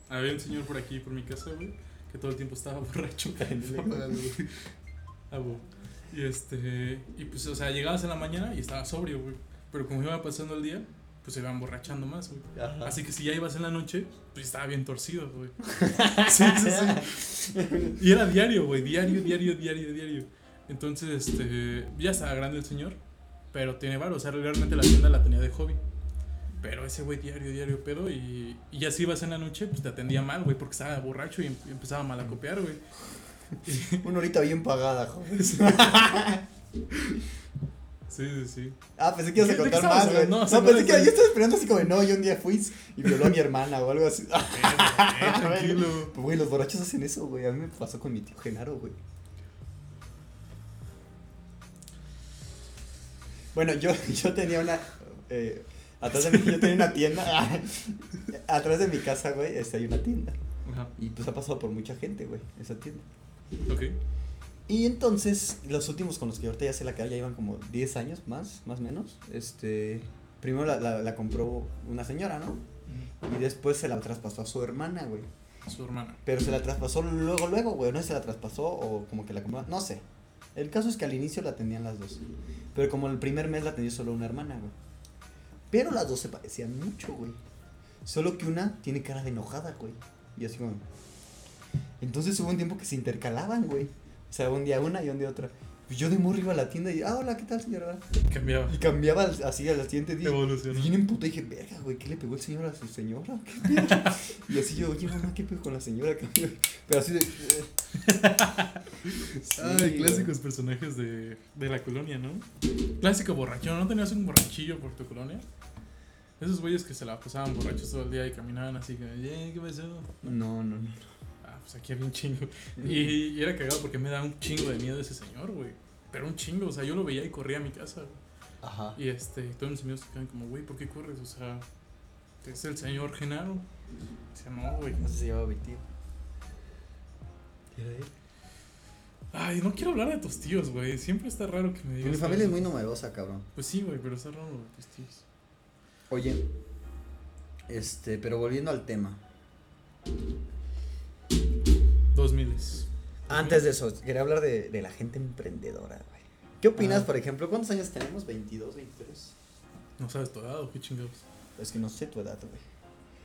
Speaker 2: Había un señor por aquí, por mi casa, güey, que todo el tiempo estaba borracho. Ah, güey. y este. Y pues, o sea, llegabas en la mañana y estaba sobrio, güey. Pero como iba pasando el día, pues se iban borrachando más, güey.
Speaker 1: Ajá.
Speaker 2: Así que si ya ibas en la noche, pues estaba bien torcido, güey. Sí, sí, sí. Y era diario, güey. Diario, diario, diario, diario. Entonces, este. Ya estaba grande el señor, pero tiene varo. O sea, realmente la tienda la tenía de hobby. Pero ese güey diario, diario pedo. Y, y ya si ibas en la noche, pues te atendía mal, güey, porque estaba borracho y em- y empezaba mal a copiar, güey.
Speaker 1: Una horita bien pagada, joven.
Speaker 2: Sí, sí, sí.
Speaker 1: Ah, pensé que ibas a
Speaker 2: ¿De qué
Speaker 1: contar
Speaker 2: estabas
Speaker 1: más, güey.
Speaker 2: hablando?
Speaker 1: No,
Speaker 2: No, o sea, no
Speaker 1: pensé que
Speaker 2: era-
Speaker 1: yo estaba esperando así como, no, yo un día fui y violó a mi hermana o algo así. Ah,
Speaker 2: Eh, eh, tranquilo.
Speaker 1: Pues, güey, los borrachos hacen eso, güey. A mí me pasó con mi tío Genaro, güey. Bueno, yo, yo tenía una... eh, atrás de mí, yo tenía una tienda. ah, atrás de mi casa, güey, este, hay una tienda.
Speaker 2: Ajá,
Speaker 1: Y pues ha pasado por mucha gente, güey, esa tienda.
Speaker 2: ok.
Speaker 1: Y entonces, los últimos con los que ahorita ya sé la que ya iban como 10 años más, más o menos. Este, primero la, la, la compró una señora, ¿no? Y después se la traspasó a su hermana, güey.
Speaker 2: Su hermana.
Speaker 1: Pero se la traspasó luego, luego, güey. No sé si se la traspasó o como que la compró. No sé. El caso es que al inicio la tenían las dos. Pero como el primer mes la tenía solo una hermana, güey. Pero las dos se parecían mucho, güey. Solo que una tiene cara de enojada, güey. Y así como. Entonces hubo un tiempo que se intercalaban, güey. O sea, un día una y un día otra. Y Yo de morro iba a la tienda y, ah, hola, ¿qué tal, señora?
Speaker 2: Cambiaba.
Speaker 1: Y cambiaba al- así al siguiente día.
Speaker 2: Evolucionó.
Speaker 1: Bien emputé dije, verga, güey, ¿qué le pegó el señor a su señora? ¿Qué pedo?" y así yo, oye, mamá, ¿qué pedo con la señora? Pero así de.
Speaker 2: Ay,
Speaker 1: Sí,
Speaker 2: clásicos personajes de, de la colonia, ¿no? Clásico borrachón, ¿no tenías un borrachillo por tu colonia? Esos güeyes que se la pasaban borrachos todo el día y caminaban así, como, "Eh, ¿qué pasó?
Speaker 1: No, no, no.
Speaker 2: Ah, pues aquí había un chingo. Y, y era cagado porque me daba un chingo de miedo ese señor, güey. Pero un chingo, o sea, yo lo veía y corría a mi casa.
Speaker 1: Ajá.
Speaker 2: Y este, todos mis amigos se quedaban como, güey, ¿por qué corres? O sea, es el señor Genaro. Dice, no, güey.
Speaker 1: No sé si se llamaba mi tío. ¿Era él?
Speaker 2: Ay, no quiero hablar de tus tíos, güey. Siempre está raro que me digas.
Speaker 1: Mi familia es
Speaker 2: eso.
Speaker 1: muy numerosa, cabrón.
Speaker 2: Pues sí, güey, pero está raro lo de tus tíos.
Speaker 1: Oye, este, pero volviendo al tema.
Speaker 2: 2000.
Speaker 1: Antes de eso, quería hablar de, de la gente emprendedora, güey. ¿Qué opinas,
Speaker 2: Ah.
Speaker 1: por ejemplo? ¿Cuántos años tenemos? ¿22, 23?
Speaker 2: No sabes tu edad o qué chingados.
Speaker 1: Es que no sé tu edad, güey.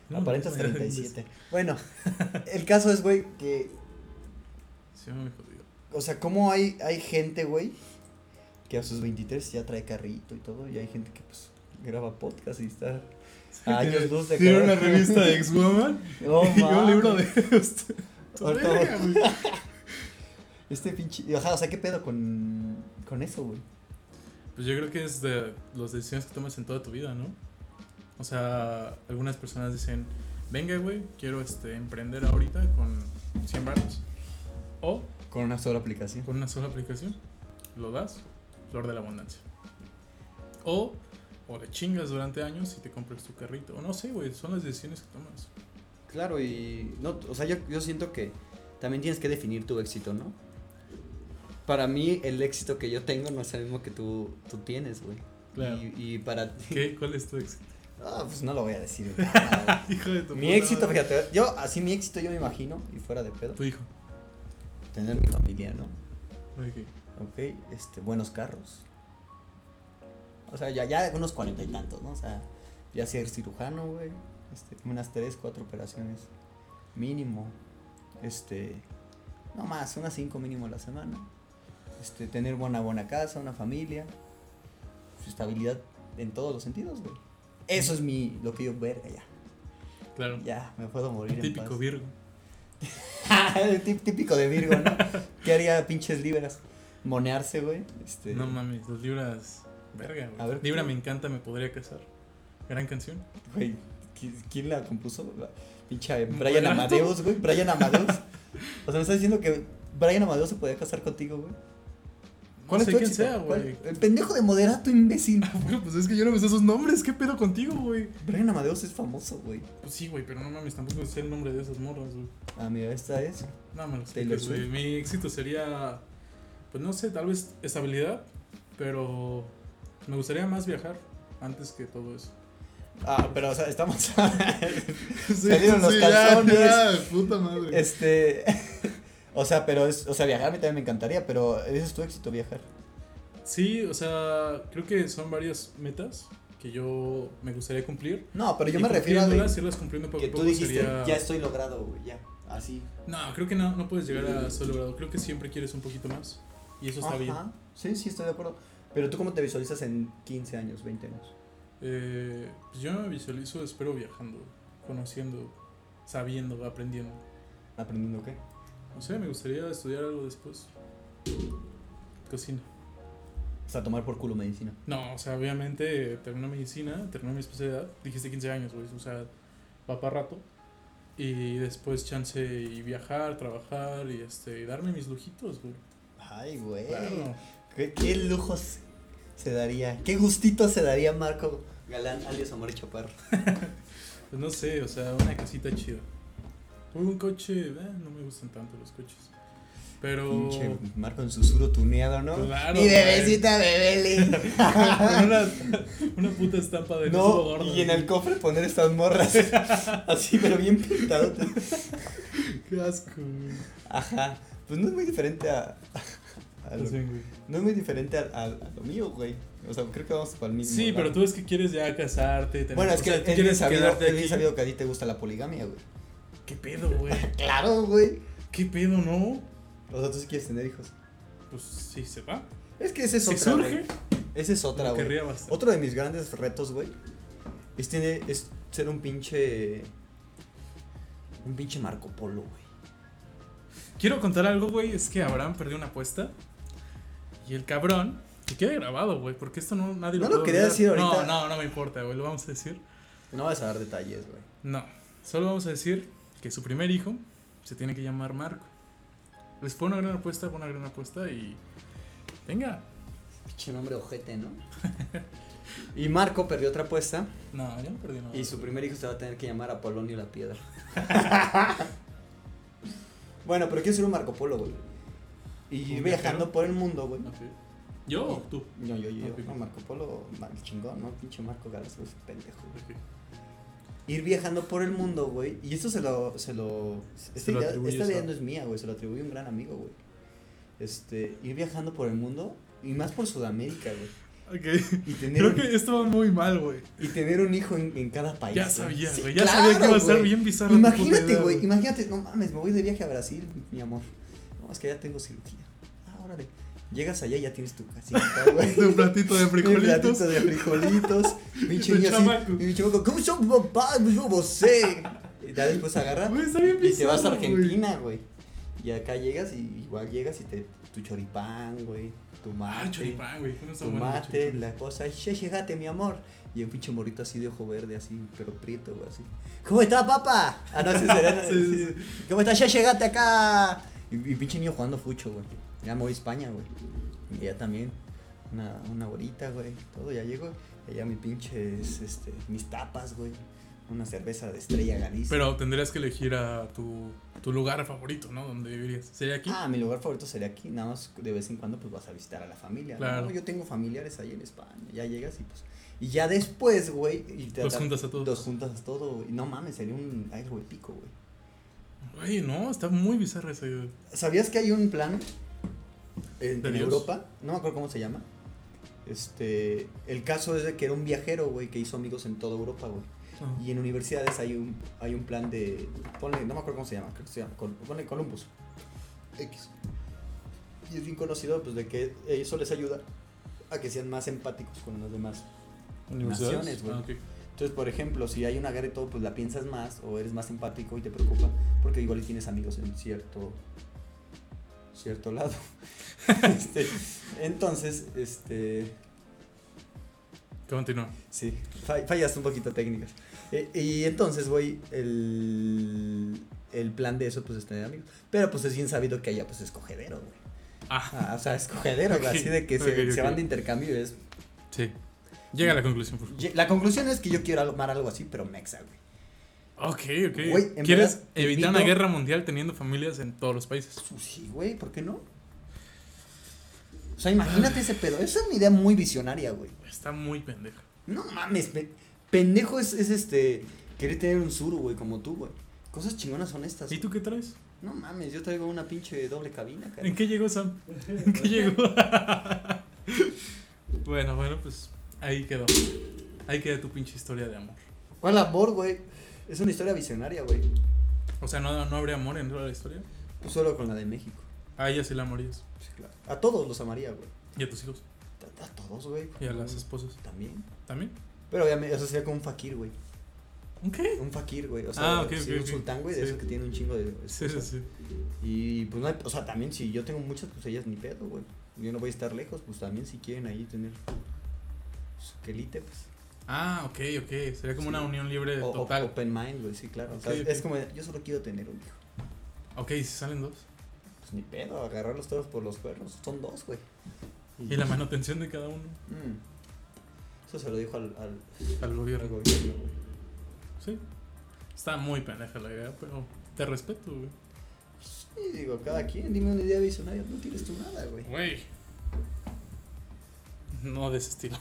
Speaker 2: No,
Speaker 1: Aparentas
Speaker 2: no sabes.
Speaker 1: 37. Bueno, el caso es, güey, que.
Speaker 2: Sí, me jodido.
Speaker 1: O sea, ¿cómo hay, hay gente, güey, que a sus 23 ya trae carrito y todo? Y hay gente que, pues, graba podcast y está. Ah, ellos dos de
Speaker 2: Tiene
Speaker 1: cada-
Speaker 2: una revista de X-Woman
Speaker 1: No,
Speaker 2: y un
Speaker 1: mames.
Speaker 2: libro de.
Speaker 1: Ahorita
Speaker 2: Verga,
Speaker 1: voy.
Speaker 2: güey.
Speaker 1: Este pinche. y, Ajá, o sea, ¿qué pedo con, con eso, güey?
Speaker 2: Pues yo creo que es de las decisiones que tomas en toda tu vida, ¿no? O sea, algunas personas dicen, venga, güey, quiero este, emprender ahorita con 100 baros. O
Speaker 1: Con una sola aplicación.
Speaker 2: con una sola aplicación, lo das, flor de la abundancia. O, o le chingas durante años y te compras tu carrito. O no sé, güey, son las decisiones que tomas.
Speaker 1: Claro, y. No, o sea, yo, yo siento que también tienes que definir tu éxito, ¿no? Para mí, el éxito que yo tengo no es el mismo que tú, tú tienes, güey.
Speaker 2: Claro.
Speaker 1: Y, y para
Speaker 2: ¿Qué? ¿Cuál es tu éxito?
Speaker 1: Ah, pues no lo voy a decir. güey.
Speaker 2: Hijo de tu
Speaker 1: mi
Speaker 2: puta
Speaker 1: éxito,
Speaker 2: madre. Pues
Speaker 1: fíjate, yo así mi éxito yo me imagino, y fuera de pedo,
Speaker 2: Tu hijo.
Speaker 1: tener mi familia, ¿no?
Speaker 2: Ok.
Speaker 1: Ok, este, buenos carros. O sea, ya, ya unos cuarenta y tantos, ¿no? O sea, ya ser cirujano, güey. Este, unas tres, cuatro operaciones mínimo. Este, no más, unas cinco mínimo a la semana. Este, tener buena, buena casa, una familia. Su estabilidad en todos los sentidos, güey. Eso es mi, lo que yo, verga, ya.
Speaker 2: Claro.
Speaker 1: Ya, pues. me puedo morir en
Speaker 2: Típico
Speaker 1: paz.
Speaker 2: Virgo.
Speaker 1: El tip- típico de Virgo, ¿no? ¿Qué haría pinches libras? Monearse, güey. Este,
Speaker 2: No mames, los libras. Verga, güey.
Speaker 1: A ver,
Speaker 2: Libra
Speaker 1: ¿qué?
Speaker 2: me encanta, me podría casar. Gran canción.
Speaker 1: Güey, ¿qui- ¿quién la compuso? La pinche Brian
Speaker 2: Moderato.
Speaker 1: Amadeus, güey. Brian Amadeus. O sea, me estás diciendo que Brian Amadeus se podía casar contigo, güey.
Speaker 2: No sé
Speaker 1: tu
Speaker 2: quién
Speaker 1: éxito?
Speaker 2: sea,
Speaker 1: ¿Cuál?
Speaker 2: güey.
Speaker 1: El pendejo de moderato, imbécil.
Speaker 2: Güey, Pues es que yo no me sé esos nombres, ¿qué pedo contigo, güey?
Speaker 1: Brian Amadeus es famoso, güey.
Speaker 2: Pues sí, güey, pero no mames, tampoco sé el nombre de esas morras, güey.
Speaker 1: Ah, mira, esta es.
Speaker 2: No, me lo
Speaker 1: Taylor
Speaker 2: explicas, güey.
Speaker 1: Swift.
Speaker 2: Mi éxito sería, pues no sé, tal vez estabilidad, pero me gustaría más viajar antes que todo eso.
Speaker 1: Ah, pero, o sea, estamos.
Speaker 2: Salieron
Speaker 1: los calzones.
Speaker 2: puta madre.
Speaker 1: este. O sea, pero es. O sea, viajar a mí también me encantaría, pero ese es tu éxito, viajar.
Speaker 2: Sí, o sea, creo que son varias metas que yo me gustaría cumplir.
Speaker 1: No, pero yo
Speaker 2: Y
Speaker 1: me refiero a. de-
Speaker 2: cumpliéndolas, irlas cumpliendo poco a
Speaker 1: Que tú
Speaker 2: poco
Speaker 1: dijiste,
Speaker 2: sería...
Speaker 1: ya estoy logrado, güey, ya. Así.
Speaker 2: No, creo que no, no puedes llegar a solo logrado. Creo que siempre quieres un poquito más. Y eso está bien.
Speaker 1: Mm. Ajá. Sí, sí, estoy de acuerdo. Pero tú cómo te visualizas en 15 años, 20 años.
Speaker 2: Eh, pues yo me visualizo, espero, viajando, conociendo, sabiendo, aprendiendo.
Speaker 1: ¿Aprendiendo qué?
Speaker 2: No sé, me gustaría estudiar algo después. Cocina.
Speaker 1: O sea, Pues, tomar por culo medicina.
Speaker 2: No, o sea, obviamente eh, terminé medicina, terminé mi especialidad. Dijiste 15 años, güey. O sea, va para rato. Y después chance y viajar, trabajar y este, y darme mis lujitos, güey.
Speaker 1: Ay, güey.
Speaker 2: Claro.
Speaker 1: ¿Qué, qué lujos se daría. Qué gustito se daría Marco Galán, alias Omar Chaparro.
Speaker 2: Pues no sé, o sea, una casita chida. Un coche, eh, no me gustan tanto los coches. Pero.
Speaker 1: Pinche Marco en susurro tuneado, ¿no?
Speaker 2: Claro,
Speaker 1: Mi
Speaker 2: güey.
Speaker 1: bebecita bebeli.
Speaker 2: con una, una puta estampa de Nesbo
Speaker 1: no,
Speaker 2: gordo,
Speaker 1: y en
Speaker 2: güey.
Speaker 1: el cofre poner estas morras. así, pero bien pintado.
Speaker 2: Qué asco, güey.
Speaker 1: Ajá. Pues no es muy diferente a. a lo-
Speaker 2: Así, güey.
Speaker 1: no es muy diferente a, a- a lo mío, güey. O sea, creo que vamos para el mismo.
Speaker 2: Sí, pero
Speaker 1: lado.
Speaker 2: tú es que quieres ya casarte. tener-
Speaker 1: Bueno, es
Speaker 2: o
Speaker 1: que
Speaker 2: sea, tú
Speaker 1: es bien
Speaker 2: quieres
Speaker 1: sabido,
Speaker 2: quedarte
Speaker 1: es bien
Speaker 2: aquí.
Speaker 1: sabido que a ti te gusta la poligamia, güey.
Speaker 2: ¿Qué pedo, güey?
Speaker 1: Claro, güey.
Speaker 2: ¿Qué pedo, no?
Speaker 1: O sea, tú sí quieres tener hijos.
Speaker 2: Pues sí, se va.
Speaker 1: Es que esa es
Speaker 2: Si
Speaker 1: otra,
Speaker 2: surge,
Speaker 1: güey. Esa es otra,
Speaker 2: lo
Speaker 1: güey.
Speaker 2: querría bastante.
Speaker 1: Otro de mis grandes retos, güey, es, tener- es ser un pinche... Un pinche Marco Polo, güey.
Speaker 2: Quiero contar algo, güey. Es que Abraham perdió una apuesta. Y el cabrón. Que quede grabado, güey. Porque esto no, nadie
Speaker 1: No lo
Speaker 2: puede
Speaker 1: quería
Speaker 2: olvidar.
Speaker 1: decir ahorita.
Speaker 2: No, no, no me importa, güey. Lo vamos a decir.
Speaker 1: No vas a dar detalles, güey.
Speaker 2: No. Solo vamos a decir que su primer hijo se tiene que llamar Marco. Les fue una gran apuesta, fue una gran apuesta y. Venga.
Speaker 1: Pinche nombre ojete, ¿no? y Marco perdió otra apuesta
Speaker 2: No, ya no perdí nada.
Speaker 1: y su primer hijo se va a tener que llamar Apolonio la Piedra. bueno, pero quiero ser un Marco Polo, güey. Y
Speaker 2: ¿Un
Speaker 1: ir viajando
Speaker 2: viajero?
Speaker 1: por el mundo, güey.
Speaker 2: Ok. ¿Yo o tú?
Speaker 1: No, yo, yo, yo.
Speaker 2: Ok.
Speaker 1: No, Marco Polo, mal chingón, ¿no? Pinche Marco Galas, es pendejo, güey.
Speaker 2: Ok.
Speaker 1: Ir viajando por el mundo, güey. Y esto se lo. Se lo esta
Speaker 2: lo
Speaker 1: idea,
Speaker 2: atribuyes
Speaker 1: esta idea
Speaker 2: a-
Speaker 1: no es mía, güey. Se lo atribuye un gran amigo, güey. Este, ir viajando por el mundo y más por Sudamérica, güey.
Speaker 2: Ok.
Speaker 1: Y tener,
Speaker 2: Creo
Speaker 1: un,
Speaker 2: que esto va muy mal, güey.
Speaker 1: y tener un hijo en, en cada país.
Speaker 2: Ya
Speaker 1: güey.
Speaker 2: sabía,
Speaker 1: Sí,
Speaker 2: güey. Ya sabía que
Speaker 1: claro,
Speaker 2: iba a estar
Speaker 1: güey.
Speaker 2: bien bizarro.
Speaker 1: Imagínate, güey, imagínate, no mames, me voy de viaje a Brasil, mi amor. No, es que ya tengo cirugía. Ah, órale. Llegas allá y ya tienes tu casita, güey.
Speaker 2: Un platito de
Speaker 1: Un
Speaker 2: frijolitos.
Speaker 1: platito de frijolitos. Pinche
Speaker 2: Tu
Speaker 1: niño así.
Speaker 2: chamaco.
Speaker 1: Y mi chamaco, ¿cómo son papá? Pues Yo vosé. Y ya después agarra
Speaker 2: Güey, está bien
Speaker 1: y te vas a
Speaker 2: bizarro, güey.
Speaker 1: Argentina, güey. Y acá llegas y igual llegas y te tu choripán, güey, tu
Speaker 2: Ah,
Speaker 1: mate,
Speaker 2: choripán, güey. No está
Speaker 1: tu
Speaker 2: bueno,
Speaker 1: mate,
Speaker 2: choripán.
Speaker 1: la cosa, che, llegate mi amor. Y un pinche morrito así de ojo verde, así, pero prieto, güey, así. ¿Cómo está, papá? Ah, no, ese será.
Speaker 2: Sí, sí, sí.
Speaker 1: ¿Cómo está? Ya llegaste acá. Y, y pinche niño jugando fucho, güey. Ya me voy a España, güey. Y ya también. Una, una horita, güey. Todo, ya llego. Allá mi pinche, este, mis tapas, güey. Una cerveza de estrella Galicia.
Speaker 2: Pero tendrías que elegir a tu, tu lugar favorito, ¿no? Donde vivirías. ¿Sería aquí?
Speaker 1: Ah, mi lugar favorito sería aquí. Nada más de vez en cuando pues vas a visitar a la familia.
Speaker 2: Claro.
Speaker 1: ¿no? Yo tengo familiares ahí en España. Ya llegas y pues. Y ya después, güey. Y te
Speaker 2: Los
Speaker 1: ata-
Speaker 2: juntas a todos.
Speaker 1: Los juntas a todo, güey. No mames, sería un ay, güey, pico, güey.
Speaker 2: Güey, no, está muy bizarro ese. güey.
Speaker 1: ¿Sabías que hay un plan en,
Speaker 2: ¿De
Speaker 1: en
Speaker 2: Dios?
Speaker 1: Europa? No me acuerdo cómo se llama. Este, el caso es de que era un viajero, güey, que hizo amigos en toda Europa, güey.
Speaker 2: Ajá.
Speaker 1: Y en universidades hay un, hay un plan de. Ponle, no me acuerdo cómo se llama, creo que se llama. Col- Ponle Columbus. X. Y es bien conocido, pues, de que eso les ayuda a que sean más empáticos con los demás. Naciones, güey.
Speaker 2: Ah, ok.
Speaker 1: Entonces, por ejemplo, si hay una guerra y todo, pues la piensas más o eres más empático y te preocupa, porque igual y tienes amigos en cierto cierto lado. Este, entonces, este,
Speaker 2: Continúa.
Speaker 1: sí, fa- fallas un poquito técnicas. E- y entonces, güey, el, el plan de eso, pues es tener amigos. Pero pues es bien sabido que allá, pues es cogedero, güey.
Speaker 2: Ah,
Speaker 1: Ah, o sea, es cogedero, güey,
Speaker 2: Ok,
Speaker 1: así de que se,
Speaker 2: ok,
Speaker 1: se
Speaker 2: ok.
Speaker 1: van de intercambio. Es,
Speaker 2: sí. Llega a la conclusión, por favor.
Speaker 1: Ye- la conclusión es que yo quiero armar algo así, pero mexa, güey.
Speaker 2: Ok, ok.
Speaker 1: Güey, en
Speaker 2: ¿Quieres
Speaker 1: verdad, te invito-
Speaker 2: evitar una guerra mundial teniendo familias en todos los países?
Speaker 1: Pues sí, güey, ¿por qué no? O sea, imagínate ese pedo. Esa es una idea muy visionaria, güey.
Speaker 2: Está muy pendeja.
Speaker 1: No mames, pe- pendejo es, es este. Querer tener un suru, güey, como tú, güey. Cosas chingonas son estas.
Speaker 2: ¿Y tú qué traes?
Speaker 1: No mames, yo traigo una pinche doble cabina, cara.
Speaker 2: ¿En qué llegó Sam? ¿En qué llegó? bueno, bueno, pues ahí quedó. Ahí queda tu pinche historia de amor.
Speaker 1: ¿Cuál amor, güey? Es una historia visionaria, güey.
Speaker 2: O sea, no, no habría amor en toda la historia.
Speaker 1: Pues solo con la de México.
Speaker 2: A ella sí la amorías.
Speaker 1: Sí, claro. A todos los amaría, güey.
Speaker 2: Y a tus hijos.
Speaker 1: A, a todos, güey.
Speaker 2: Y a las esposas.
Speaker 1: También.
Speaker 2: ¿También?
Speaker 1: Pero obviamente, eso sería como un fakir, güey.
Speaker 2: ¿Ok?
Speaker 1: Un fakir, güey. O sea,
Speaker 2: Ah, ok,
Speaker 1: sí,
Speaker 2: ok,
Speaker 1: un
Speaker 2: ok.
Speaker 1: sultán, güey, de
Speaker 2: Sí.
Speaker 1: esos que tiene un chingo de.
Speaker 2: Sí, sí,
Speaker 1: esposas.
Speaker 2: sí.
Speaker 1: Y pues no hay, o sea, también si yo tengo muchas, pues ellas ni pedo, güey. Yo no voy a estar lejos, pues también si quieren ahí tener su quelite, pues.
Speaker 2: Ah, ok, ok. Sería como
Speaker 1: Sí.
Speaker 2: una unión libre
Speaker 1: O, o-
Speaker 2: total.
Speaker 1: open mind, güey, sí, claro. O sea,
Speaker 2: Ok, ok.
Speaker 1: Es como, yo solo quiero tener un hijo.
Speaker 2: Ok, si salen dos.
Speaker 1: Pues ni pedo, agarrar los toros por los cuernos. Son dos, güey.
Speaker 2: Y la manutención de cada uno
Speaker 1: Mm. Eso se lo dijo al, al,
Speaker 2: al
Speaker 1: al
Speaker 2: gobierno.
Speaker 1: gobierno, güey.
Speaker 2: Sí. Está muy pendeja la idea, pero te respeto, güey.
Speaker 1: Sí, digo, cada quien, dime una idea visionaria, no tienes tú nada, güey.
Speaker 2: Güey. No de ese estilo.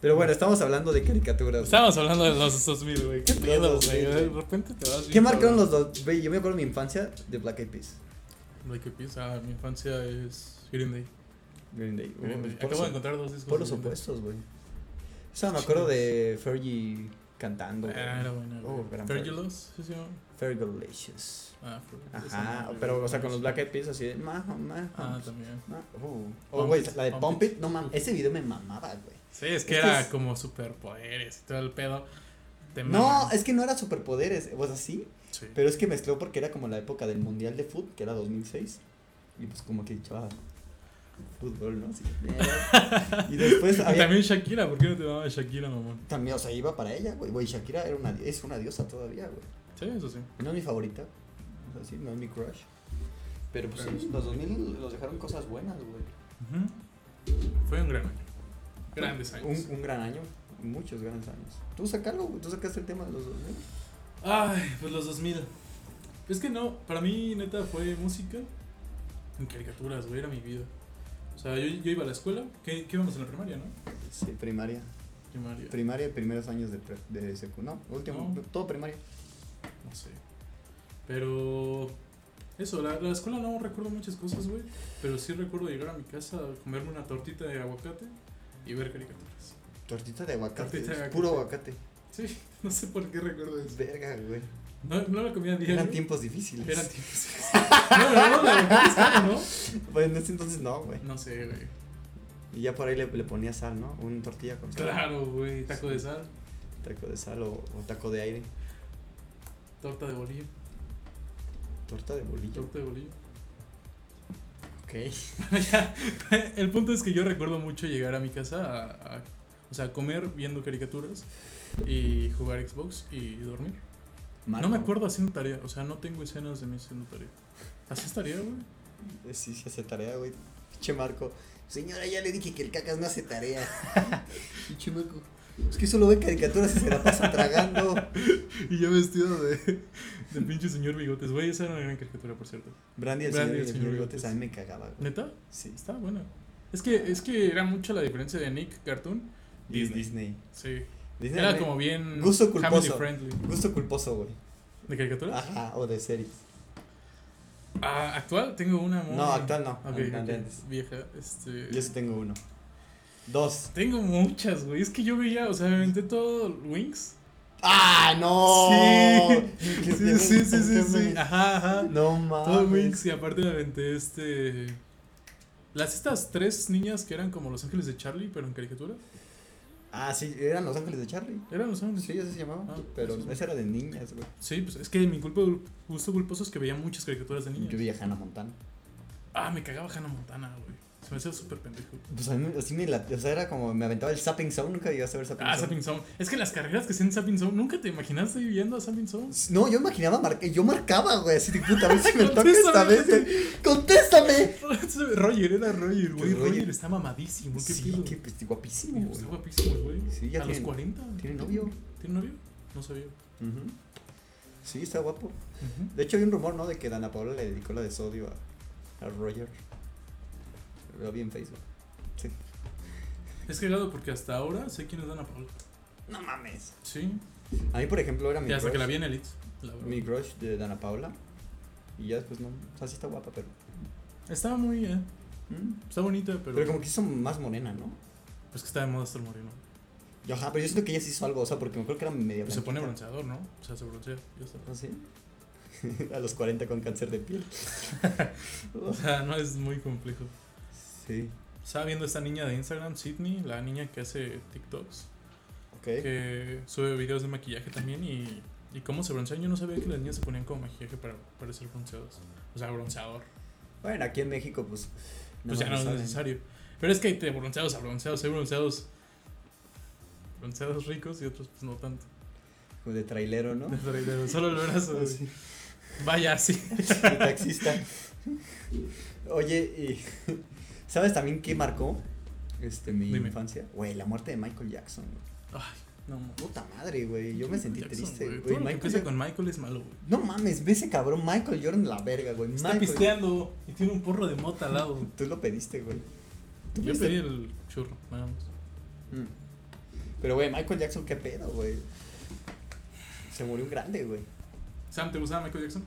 Speaker 1: Pero bueno, estamos hablando de caricaturas. güey.
Speaker 2: Estábamos hablando de los 2000, güey. ¿Qué
Speaker 1: Los
Speaker 2: pedo,
Speaker 1: 2000,
Speaker 2: güey? De
Speaker 1: güey.
Speaker 2: repente te vas.
Speaker 1: ¿Qué marcaron los dos? Güey, yo me acuerdo de mi infancia de Black Eyed Peas.
Speaker 2: Lo que piensa, mi infancia es Green Day.
Speaker 1: Green Day.
Speaker 2: Green Day.
Speaker 1: Por
Speaker 2: Acabo
Speaker 1: eso-
Speaker 2: de encontrar dos discos.
Speaker 1: Por
Speaker 2: de
Speaker 1: los
Speaker 2: Green Day.
Speaker 1: opuestos, güey. O sea, me acuerdo de Fergie cantando. güey.
Speaker 2: Ah, era buena.
Speaker 1: Oh, gran
Speaker 2: Fergulos, sí, sí. ¿no?
Speaker 1: Fergalicious.
Speaker 2: Ah, Fergie, esa
Speaker 1: Ajá,
Speaker 2: madre,
Speaker 1: pero
Speaker 2: güey.
Speaker 1: o sea, con los Black Eyed Peas así de ma, ma,
Speaker 2: Ah, también.
Speaker 1: ma, uh.
Speaker 2: Pump
Speaker 1: Oh, güey,
Speaker 2: It,
Speaker 1: la de
Speaker 2: Pump
Speaker 1: Pump
Speaker 2: It.
Speaker 1: It, no mames, ese video me mamaba, güey.
Speaker 2: Sí, es que
Speaker 1: Es que
Speaker 2: era
Speaker 1: Este es-
Speaker 2: como superpoderes y todo el pedo. Te
Speaker 1: No,
Speaker 2: maman.
Speaker 1: es que no era superpoderes, o sea, sí,
Speaker 2: Sí.
Speaker 1: pero es que mezcló porque era como la época del Mundial de Fútbol, que era 2006, y pues como que echaba fútbol, ¿no? Sí. Y después pues, había...
Speaker 2: También Shakira, ¿por qué no te llamaba Shakira, mamón?
Speaker 1: También, o sea, iba para ella, güey. Güey, Shakira era una, es una diosa todavía, güey.
Speaker 2: Sí, eso sí.
Speaker 1: No es mi favorita. O sea, sí, no es mi crush. Pero pues sí, los 2000 los dejaron cosas buenas, güey.
Speaker 2: Ujú. Fue un gran año. Grandes años.
Speaker 1: Un, un gran año. Muchos grandes años. Tú sacarlo, güey. Tú sacaste el tema de los 2000.
Speaker 2: Ay, pues los 2000. Es que no, para mí neta fue música en caricaturas, güey, era mi vida. O sea, yo, yo iba a la escuela, ¿qué, qué íbamos en la primaria, no?
Speaker 1: Sí, primaria.
Speaker 2: Primaria.
Speaker 1: Primaria, primeros años de, pre, de secu- No, último.
Speaker 2: No.
Speaker 1: Todo primaria.
Speaker 2: No sé. Pero eso, la, la escuela no recuerdo muchas cosas, güey, pero sí recuerdo llegar a mi casa, comerme una tortita de aguacate y ver caricaturas.
Speaker 1: Tortita de aguacate.
Speaker 2: Tortita de
Speaker 1: es
Speaker 2: aguacate.
Speaker 1: Puro aguacate. Pues,
Speaker 2: Sí, no sé por qué recuerdo eso.
Speaker 1: Verga, güey.
Speaker 2: No, no la comía diario.
Speaker 1: Eran tiempos difíciles.
Speaker 2: Eran tiempos. No, no, no, la verdad es que no.
Speaker 1: Pues en ese entonces no, güey.
Speaker 2: No sé, güey.
Speaker 1: Y ya por ahí le, le ponía sal, ¿no? Un tortilla con sal.
Speaker 2: Claro, güey, taco de sal.
Speaker 1: Taco de sal o, o taco de aire.
Speaker 2: Torta de bolillo.
Speaker 1: Torta de bolillo.
Speaker 2: Torta de bolillo.
Speaker 1: Ok.
Speaker 2: Ya, El punto es que yo recuerdo mucho llegar a mi casa a, a- o sea, comer viendo caricaturas y jugar Xbox y dormir. No me acuerdo haciendo tarea, o sea, no tengo escenas de mí haciendo tarea. ¿Haces tarea, güey?
Speaker 1: Eh, Sí, sí hace tarea, güey. Pinche Marco. Señora, ya le dije que el cacas no hace tarea. Pinche Marco. Es que solo ve caricaturas y se la pasa tragando.
Speaker 2: Y yo vestido de, de pinche señor bigotes, güey, esa era una gran caricatura, por cierto.
Speaker 1: Brandy, el
Speaker 2: Brandy,
Speaker 1: señor, y
Speaker 2: el
Speaker 1: el
Speaker 2: señor
Speaker 1: señor
Speaker 2: Bigotes.
Speaker 1: Bigotes, a mí me cagaba, güey.
Speaker 2: ¿Neta?
Speaker 1: Sí.
Speaker 2: Está buena. Es que, es que era mucha la diferencia de Nick Cartoon
Speaker 1: Y
Speaker 2: Disney.
Speaker 1: Disney.
Speaker 2: Sí.
Speaker 1: Disney
Speaker 2: Era
Speaker 1: me-
Speaker 2: como bien
Speaker 1: Gusto
Speaker 2: family
Speaker 1: culposo.
Speaker 2: friendly.
Speaker 1: Gusto culposo, güey.
Speaker 2: ¿De caricaturas?
Speaker 1: Ajá, o de series.
Speaker 2: Ah, actual tengo una muy-
Speaker 1: No, actual no,
Speaker 2: Ok,
Speaker 1: de
Speaker 2: ok,
Speaker 1: antes.
Speaker 2: Vieja, este.
Speaker 1: Yo sí tengo uno. Dos.
Speaker 2: Tengo muchas, güey. Es que yo veía, o sea, me aventé todo Wings.
Speaker 1: ¡Ah, no!
Speaker 2: Sí, sí, sí, sí, sí, sí. Ajá, ajá.
Speaker 1: Ah, No
Speaker 2: Todo
Speaker 1: mames.
Speaker 2: Wings y aparte me aventé este. Las estas tres niñas que eran como Los Ángeles de Charlie, pero en caricatura.
Speaker 1: Ah, sí, eran Los Ángeles de Charlie.
Speaker 2: Eran Los Ángeles.
Speaker 1: Sí, así se llamaba.
Speaker 2: Ah,
Speaker 1: pero
Speaker 2: sí, sí.
Speaker 1: ese era de niñas, güey.
Speaker 2: Sí, pues es que mi culpa, gusto culposo es que veía muchas caricaturas de niños.
Speaker 1: Yo vi a Hannah Montana.
Speaker 2: Ah, me cagaba Hannah Montana, güey. Se me hacía súper pendejo.
Speaker 1: Pues a mí así me la- O sea, era como. Me aventaba el Sapping Zone. Nunca llegaste a ver Sapping
Speaker 2: Ah,
Speaker 1: Zone.
Speaker 2: Sapping Zone. Es que las carreras que hacían en Sapping Zone, ¿nunca te imaginaste viviendo a Sapping Zone?
Speaker 1: No, yo imaginaba. mar- Yo marcaba, güey. Así de puta. A ver si me toca esta
Speaker 2: Contéstame.
Speaker 1: vez. güey. ¡Contéstame!
Speaker 2: Roger, era Roger, güey.
Speaker 1: Roger.
Speaker 2: Roger. está mamadísimo, qué
Speaker 1: Sí,
Speaker 2: pedo.
Speaker 1: que pues, guapísimo,
Speaker 2: Está
Speaker 1: güey.
Speaker 2: guapísimo, güey.
Speaker 1: Sí, ya
Speaker 2: a
Speaker 1: tiene-
Speaker 2: los 40.
Speaker 1: Tiene novio.
Speaker 2: ¿Tiene novio? No sabía.
Speaker 1: Ujú. Sí, está guapo.
Speaker 2: Ujú.
Speaker 1: De hecho, había un rumor, ¿no? De que Dana Paola le dedicó la de sodio a, a Roger. Lo vi en Facebook. Sí.
Speaker 2: Es cagado porque hasta ahora sé quién es Dana Paola.
Speaker 1: No mames.
Speaker 2: Sí.
Speaker 1: A mí, por ejemplo, era mi
Speaker 2: Y hasta
Speaker 1: crush,
Speaker 2: que la vi en Elite. la verdad.
Speaker 1: mi crush de Dana Paola. Y ya después no. O sea, sí está guapa, pero.
Speaker 2: Estaba muy. eh,
Speaker 1: ¿Mm?
Speaker 2: está bonita, pero.
Speaker 1: Pero, como que hizo más morena, ¿no?
Speaker 2: Pues que está de moda hasta el moreno.
Speaker 1: Yo, ajá, pero yo siento que ella sí hizo algo, o sea, porque me acuerdo que era media.
Speaker 2: Pues se pone
Speaker 1: blanquita.
Speaker 2: bronceador, ¿no? O sea, se broncea. Ya está.
Speaker 1: ¿Ah, sí? a los 40 con cáncer de piel.
Speaker 2: O sea, no es muy complejo.
Speaker 1: sí.
Speaker 2: Estaba viendo esta niña de Instagram, Sydney, la niña que hace TikToks.
Speaker 1: Ok.
Speaker 2: que sube videos de maquillaje también y, y cómo se broncean. Yo no sabía que las niñas se ponían como maquillaje para parecer bronceados. O sea, bronceador.
Speaker 1: Bueno, aquí en México, pues.
Speaker 2: pues ya no
Speaker 1: más
Speaker 2: es
Speaker 1: saben.
Speaker 2: necesario. Pero es que hay de bronceados a bronceados. Hay bronceados. Bronceados ricos y otros, pues no tanto.
Speaker 1: Como de trailero, ¿no?
Speaker 2: Solo el brazo. güey.
Speaker 1: Así.
Speaker 2: Vaya, sí.
Speaker 1: Y taxista. Oye, y ¿sabes también qué marcó este, mi
Speaker 2: Dime.
Speaker 1: infancia? Güey, la muerte de Michael Jackson. güey.
Speaker 2: Ay, no mames.
Speaker 1: Puta madre, güey. Yo me sentí
Speaker 2: Jackson,
Speaker 1: triste,
Speaker 2: güey. Todo
Speaker 1: güey.
Speaker 2: lo que
Speaker 1: Michael
Speaker 2: empieza
Speaker 1: Jack-
Speaker 2: con Michael es malo, güey.
Speaker 1: No mames, ve ese cabrón Michael Jordan la verga, güey.
Speaker 2: Está
Speaker 1: Michael-
Speaker 2: pisteando y tiene un porro de mota al lado.
Speaker 1: Tú lo pediste, güey. Tú
Speaker 2: Yo
Speaker 1: pediste-
Speaker 2: pedí el churro, nada más.
Speaker 1: Mm. Pero, güey, Michael Jackson, qué pedo, güey. Se murió un grande, güey.
Speaker 2: Sam, ¿te gustaba Michael Jackson?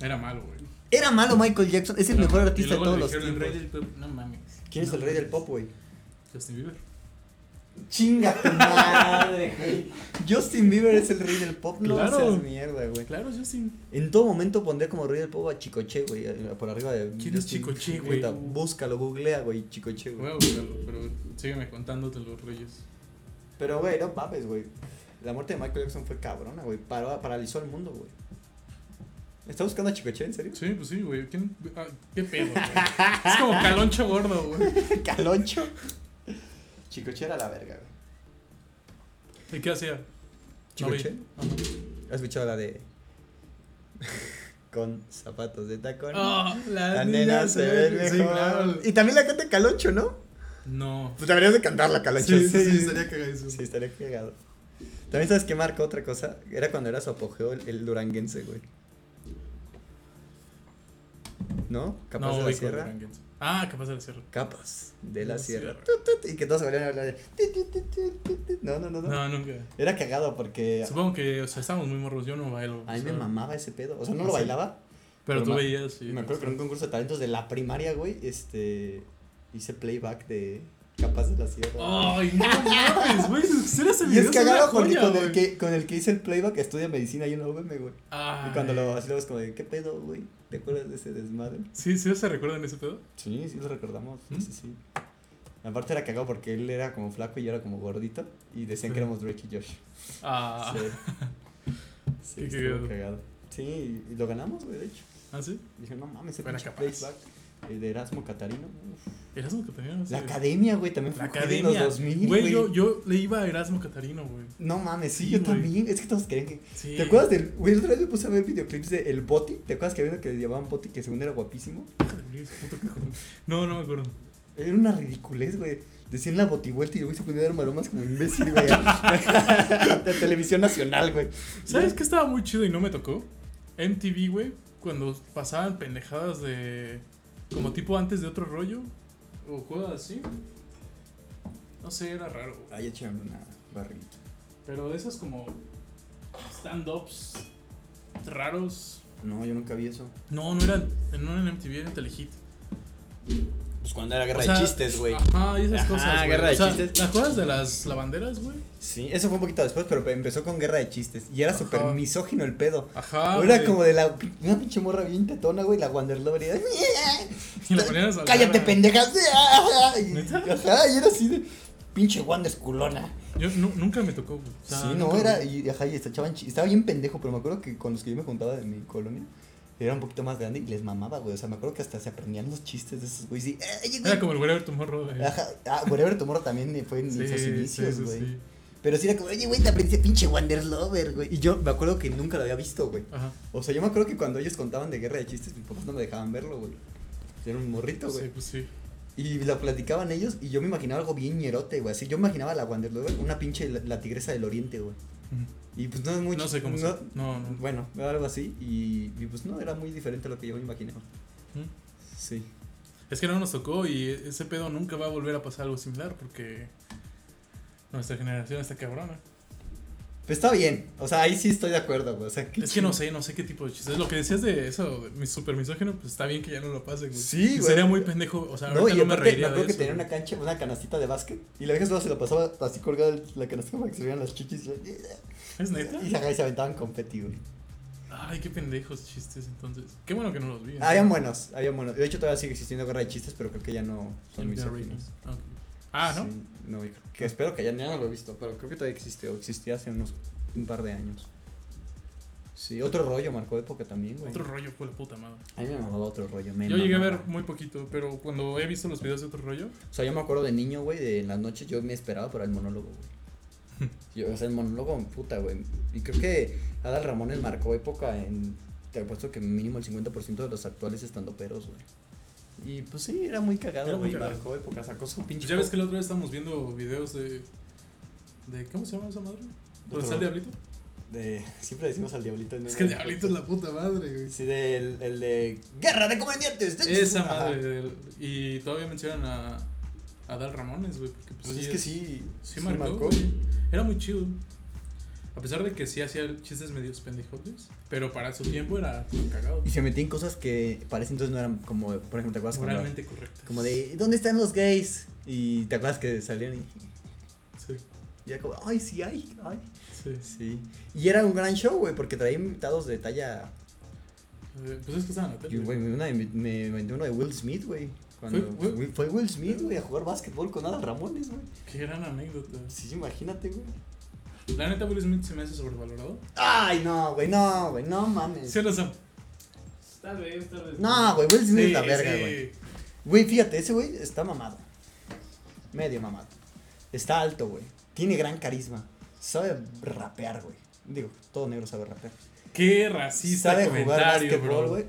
Speaker 2: Era malo, güey.
Speaker 1: Era malo Michael Jackson, es el
Speaker 2: Era
Speaker 1: mejor
Speaker 2: malo.
Speaker 1: artista
Speaker 2: Y
Speaker 1: de todos
Speaker 2: luego le
Speaker 1: los
Speaker 2: dijeron
Speaker 1: tiempos.
Speaker 2: el rey del pop. No mames.
Speaker 1: ¿Quién es
Speaker 2: No
Speaker 1: el rey del
Speaker 2: mames.
Speaker 1: pop, güey?
Speaker 2: Justin Bieber.
Speaker 1: Chinga tu madre, güey. Justin Bieber es el rey del pop, no
Speaker 2: Claro.
Speaker 1: seas mierda, güey.
Speaker 2: Claro, Justin.
Speaker 1: En todo momento pondré como rey del pop a Chicoche, güey, eh, por arriba de
Speaker 2: ¿Quién es
Speaker 1: Justin.
Speaker 2: Chicoche, güey?
Speaker 1: Puta, Búscalo, googlea, güey, Chicoche,
Speaker 2: Voy
Speaker 1: güey.
Speaker 2: a buscarlo, pero sígueme contándote los reyes.
Speaker 1: Pero, güey, no papes, güey. La muerte de Michael Jackson fue cabrona, güey. Paró- paralizó al mundo, güey. ¿Estás buscando a Chicoche, en serio?
Speaker 2: Sí, pues sí, güey. ¿Quién? ah, ¿Qué pedo, güey? Es como caloncho gordo, güey.
Speaker 1: Caloncho. Chicoche era la verga, güey.
Speaker 2: ¿Y qué hacía? No vi.
Speaker 1: ¿Chicoche?
Speaker 2: Ajá.
Speaker 1: ¿Has escuchado la de. con zapatos de tacón?
Speaker 2: Oh, la,
Speaker 1: La nena se ve mejor.
Speaker 2: Sí, claro.
Speaker 1: Y también la canta Caloncho, ¿no?
Speaker 2: No.
Speaker 1: Pues deberías de cantarla Caloncho.
Speaker 2: Sí, sí, sí, estaría cagadísimo.
Speaker 1: Sí, estaría cagado. También sabes que marca otra cosa. Era cuando era su apogeo el, el duranguense, güey. ¿No? Capaz
Speaker 2: No,
Speaker 1: de la
Speaker 2: ubico
Speaker 1: sierra.
Speaker 2: Duranguense. Ah, capaz de la sierra.
Speaker 1: Capaz de la,
Speaker 2: La
Speaker 1: sierra.
Speaker 2: sierra.
Speaker 1: Tut, tut, y que todos se volvían a hablar. de tut, tut, tut, tut, tut, tut. No, no, no, no.
Speaker 2: No, nunca.
Speaker 1: Era cagado porque
Speaker 2: Supongo que, o sea, estábamos muy morros. Yo no bailo.
Speaker 1: a mí
Speaker 2: o
Speaker 1: me
Speaker 2: sea,
Speaker 1: mamaba ese pedo. O sea, no lo
Speaker 2: ¿Ah, sí?
Speaker 1: bailaba.
Speaker 2: Pero tú
Speaker 1: ma-
Speaker 2: veías. sí.
Speaker 1: me acuerdo que en un concurso de talentos de la primaria, güey, este. Hice playback de Capaz de la Sierra.
Speaker 2: Ay, no mames, güey. Si eres el
Speaker 1: Y es
Speaker 2: Ah, video, una
Speaker 1: cagado porque
Speaker 2: joya,
Speaker 1: con el,
Speaker 2: güey.
Speaker 1: que, con el que hice el playback estudia medicina ahí en la UVM, güey.
Speaker 2: Ay.
Speaker 1: Y cuando lo, así lo ves como de, ¿qué pedo, güey? ¿Te acuerdas de ese desmadre?
Speaker 2: Sí, sí, se recuerdan ese pedo.
Speaker 1: Sí, sí lo recordamos.
Speaker 2: ¿Mm?
Speaker 1: Sí, sí, sí. Aparte era cagado porque él era como flaco y yo era como gordito. Y decían que
Speaker 2: Sí.
Speaker 1: éramos Drake y Josh.
Speaker 2: Ah,
Speaker 1: Sí. Sí,
Speaker 2: Qué
Speaker 1: estuvo
Speaker 2: cagado.
Speaker 1: cagado. Sí, y lo ganamos, güey, de hecho.
Speaker 2: ¿ah, sí?
Speaker 1: Dije, no mames, ese
Speaker 2: Buena
Speaker 1: pinche
Speaker 2: capaz.
Speaker 1: playback eh, de Erasmo Catarino. uf.
Speaker 2: Erasmo Catarino. sí.
Speaker 1: La academia, güey, también fue
Speaker 2: La
Speaker 1: un hit en los
Speaker 2: academia.
Speaker 1: 2000,
Speaker 2: Güey, yo, yo le iba a Erasmo Catarino, güey.
Speaker 1: No mames, sí,
Speaker 2: Sí,
Speaker 1: yo
Speaker 2: güey.
Speaker 1: también. Es que todos querían que.
Speaker 2: Sí.
Speaker 1: ¿Te acuerdas del. Güey, otra vez me puse a ver videoclips de El Boti. ¿Te acuerdas que había uno que le llamaban Boti que según era guapísimo?
Speaker 2: Deja de abrir ese puto cajón. No, no me acuerdo.
Speaker 1: Era una ridiculez, güey. Decían la botivuelta y yo se ponía a dar maromas como imbécil, güey. de televisión nacional, güey.
Speaker 2: ¿Sabes qué estaba muy chido y no me tocó? MTV, güey, cuando pasaban pendejadas de. como tipo antes de otro rollo. O cosas así. No sé, era raro, güey.
Speaker 1: Ahí echaron una barriguita.
Speaker 2: Pero de esas como. stand-ups raros.
Speaker 1: No, yo nunca vi eso.
Speaker 2: No, no eran, no eran MTV, eran Telehit.
Speaker 1: Pues cuando era guerra
Speaker 2: O sea,
Speaker 1: de chistes, güey.
Speaker 2: Ajá, y esas
Speaker 1: Ajá,
Speaker 2: cosas. güey.
Speaker 1: guerra de
Speaker 2: O sea,
Speaker 1: chistes.
Speaker 2: ¿Te acuerdas de las lavanderas, güey?
Speaker 1: Sí, eso fue un poquito después, pero em, empezó con guerra de chistes. Y era
Speaker 2: Ajá.
Speaker 1: súper misógino el pedo.
Speaker 2: Ajá.
Speaker 1: era
Speaker 2: Ah, güey.
Speaker 1: como de la. Una pinche morra bien tetona, güey, la Wanderlover. y era,
Speaker 2: Y la ponían a saltar
Speaker 1: ¡Cállate,
Speaker 2: a-
Speaker 1: pendejas! Y,
Speaker 2: ¿Neta?
Speaker 1: ajá, y era así de. Pinche Wander culona.
Speaker 2: Yo nu- nunca me tocó, güey. O sea,
Speaker 1: sí, no,
Speaker 2: nunca,
Speaker 1: era.
Speaker 2: güey.
Speaker 1: Y, ajá, y estaban chi- estaba bien pendejo, pero me acuerdo que con los que yo me juntaba de mi colonia. Era un poquito más grande y les mamaba, güey. O sea, me acuerdo que hasta se aprendían los chistes de esos güeyes. y, "Ay, güey".
Speaker 2: Era como el Whatever Tomorrow, güey.
Speaker 1: Ajá, ah, Whatever Tomorrow también fue en
Speaker 2: Sí,
Speaker 1: sus
Speaker 2: sí,
Speaker 1: inicios,
Speaker 2: sí,
Speaker 1: güey.
Speaker 2: sí.
Speaker 1: Pero sí era como, oye, güey, te aprendiste pinche Wanderlover, güey. Y yo me acuerdo que nunca lo había visto, güey.
Speaker 2: Ajá.
Speaker 1: O sea, yo me acuerdo que cuando ellos contaban de guerra de chistes, mis papás no me dejaban verlo, güey. Era un morrito, güey.
Speaker 2: Sí, pues sí.
Speaker 1: Y lo platicaban ellos y yo me imaginaba algo bien ñerote, güey. Así, yo me imaginaba a la Wanderlover, una pinche la, la tigresa del oriente, güey. Y pues no es mucho.
Speaker 2: No sé cómo se.
Speaker 1: no-
Speaker 2: No, no.
Speaker 1: Bueno, algo así. Y, y, pues no, era muy diferente a lo que yo me imaginaba.
Speaker 2: Ujú.
Speaker 1: Sí.
Speaker 2: Es que no nos tocó y ese pedo nunca va a volver a pasar algo similar porque nuestra generación está cabrona.
Speaker 1: Pero está bien. O sea, ahí sí estoy de acuerdo, güey. O sea, qué
Speaker 2: Es que no
Speaker 1: chido.
Speaker 2: sé, no sé qué tipo de chistes. Lo que decías de eso, de mi super misógino, pues está bien que ya no lo pase, güey.
Speaker 1: Sí,
Speaker 2: Y
Speaker 1: güey.
Speaker 2: Sería muy pendejo, o sea,
Speaker 1: No,
Speaker 2: ahorita
Speaker 1: y
Speaker 2: no, me
Speaker 1: aparte, me
Speaker 2: reiría de
Speaker 1: acuerdo que
Speaker 2: eso.
Speaker 1: tenía
Speaker 2: güey.
Speaker 1: una cancha, una canastita de básquet. Y la vieja solo se la pasaba así colgada en la canastita para que se vieran las chichis. güey.
Speaker 2: ¿Es neta?
Speaker 1: Y se, y se aventaban confeti, güey.
Speaker 2: Ay, qué pendejos chistes entonces. Qué bueno que no los vi. ¿eh? ¿no?
Speaker 1: Ah, Habían buenos, habían buenos. De hecho, todavía sigue existiendo guerra de chistes, pero creo que ya no son
Speaker 2: Internet
Speaker 1: misóginos.
Speaker 2: ratings. Ok. Ah, ¿no?
Speaker 1: Sí, no, yo creo que espero que ya, ya no lo he visto, pero creo que todavía existe, o existía hace unos un par de años. Sí, otro rollo marcó época también, güey.
Speaker 2: Otro rollo fue la puta madre.
Speaker 1: A mí me mamaba otro rollo, me
Speaker 2: Yo llegué a
Speaker 1: mamaba.
Speaker 2: ver muy poquito, pero cuando he visto los videos de otro rollo,
Speaker 1: O sea, yo me acuerdo de niño, güey, de en las noches yo me esperaba para el monólogo, güey. Yo, o sea, el monólogo, puta, güey. Y creo que Adal Ramones marcó época en. Te apuesto que mínimo el 50% de los actuales estandoperos, güey. Y pues sí, era muy
Speaker 2: Era
Speaker 1: cagado,
Speaker 2: muy
Speaker 1: güey.
Speaker 2: cagado. Pues
Speaker 1: Marcó época, sacó su pinche.
Speaker 2: ya ves que la otra vez estamos viendo videos de. de ¿Cómo se llama esa madre? ¿Dónde está el diablito?
Speaker 1: De, siempre decimos al diablito. ¿no?
Speaker 2: Es que el diablito es la puta madre, güey.
Speaker 1: Sí, del el de. ¡Guerra de comediantes!
Speaker 2: Esa
Speaker 1: Ajá.
Speaker 2: madre. del- Y todavía mencionan a. a Dal Ramones, güey. Porque pues,
Speaker 1: Pues es que sí.
Speaker 2: Sí, marcó. güey. Era muy chido. A pesar de que sí hacía chistes medios pendejotes, pero para su tiempo era como cagado.
Speaker 1: Y se metía en cosas que para ese entonces no eran como, por ejemplo, ¿te acuerdas cuando-
Speaker 2: Moralmente correcto.
Speaker 1: Como de, ¿dónde están los gays? Y te acuerdas que salían y,
Speaker 2: Sí,
Speaker 1: y era como, ay, sí, ay, ay.
Speaker 2: sí.
Speaker 1: Sí. Y era un gran show, güey, porque traía invitados de talla.
Speaker 2: Eh, Pues es que estaban en la
Speaker 1: Y,
Speaker 2: tele.
Speaker 1: güey, una de- me inventé uno de Will Smith, güey. Cuando
Speaker 2: Fue-
Speaker 1: fue, fue Will Smith, güey, a jugar básquetbol con Adal Ramones, güey.
Speaker 2: Qué gran anécdota.
Speaker 1: Sí, imagínate, güey.
Speaker 2: La neta, Will Smith se me hace sobrevalorado.
Speaker 1: Ay, no, güey, no, güey, no mames.
Speaker 2: Sí, lo son. Tal vez, tal vez.
Speaker 1: No, güey, Will Smith
Speaker 2: Sí,
Speaker 1: es la verga,
Speaker 2: sí.
Speaker 1: güey. Güey, fíjate, ese güey está mamado. Medio mamado. Está alto, güey. Tiene gran carisma. Sabe rapear, güey. Digo, todo negro sabe rapear.
Speaker 2: Qué racista
Speaker 1: sabe jugar
Speaker 2: comentario,
Speaker 1: básquetbol,
Speaker 2: bro.
Speaker 1: güey.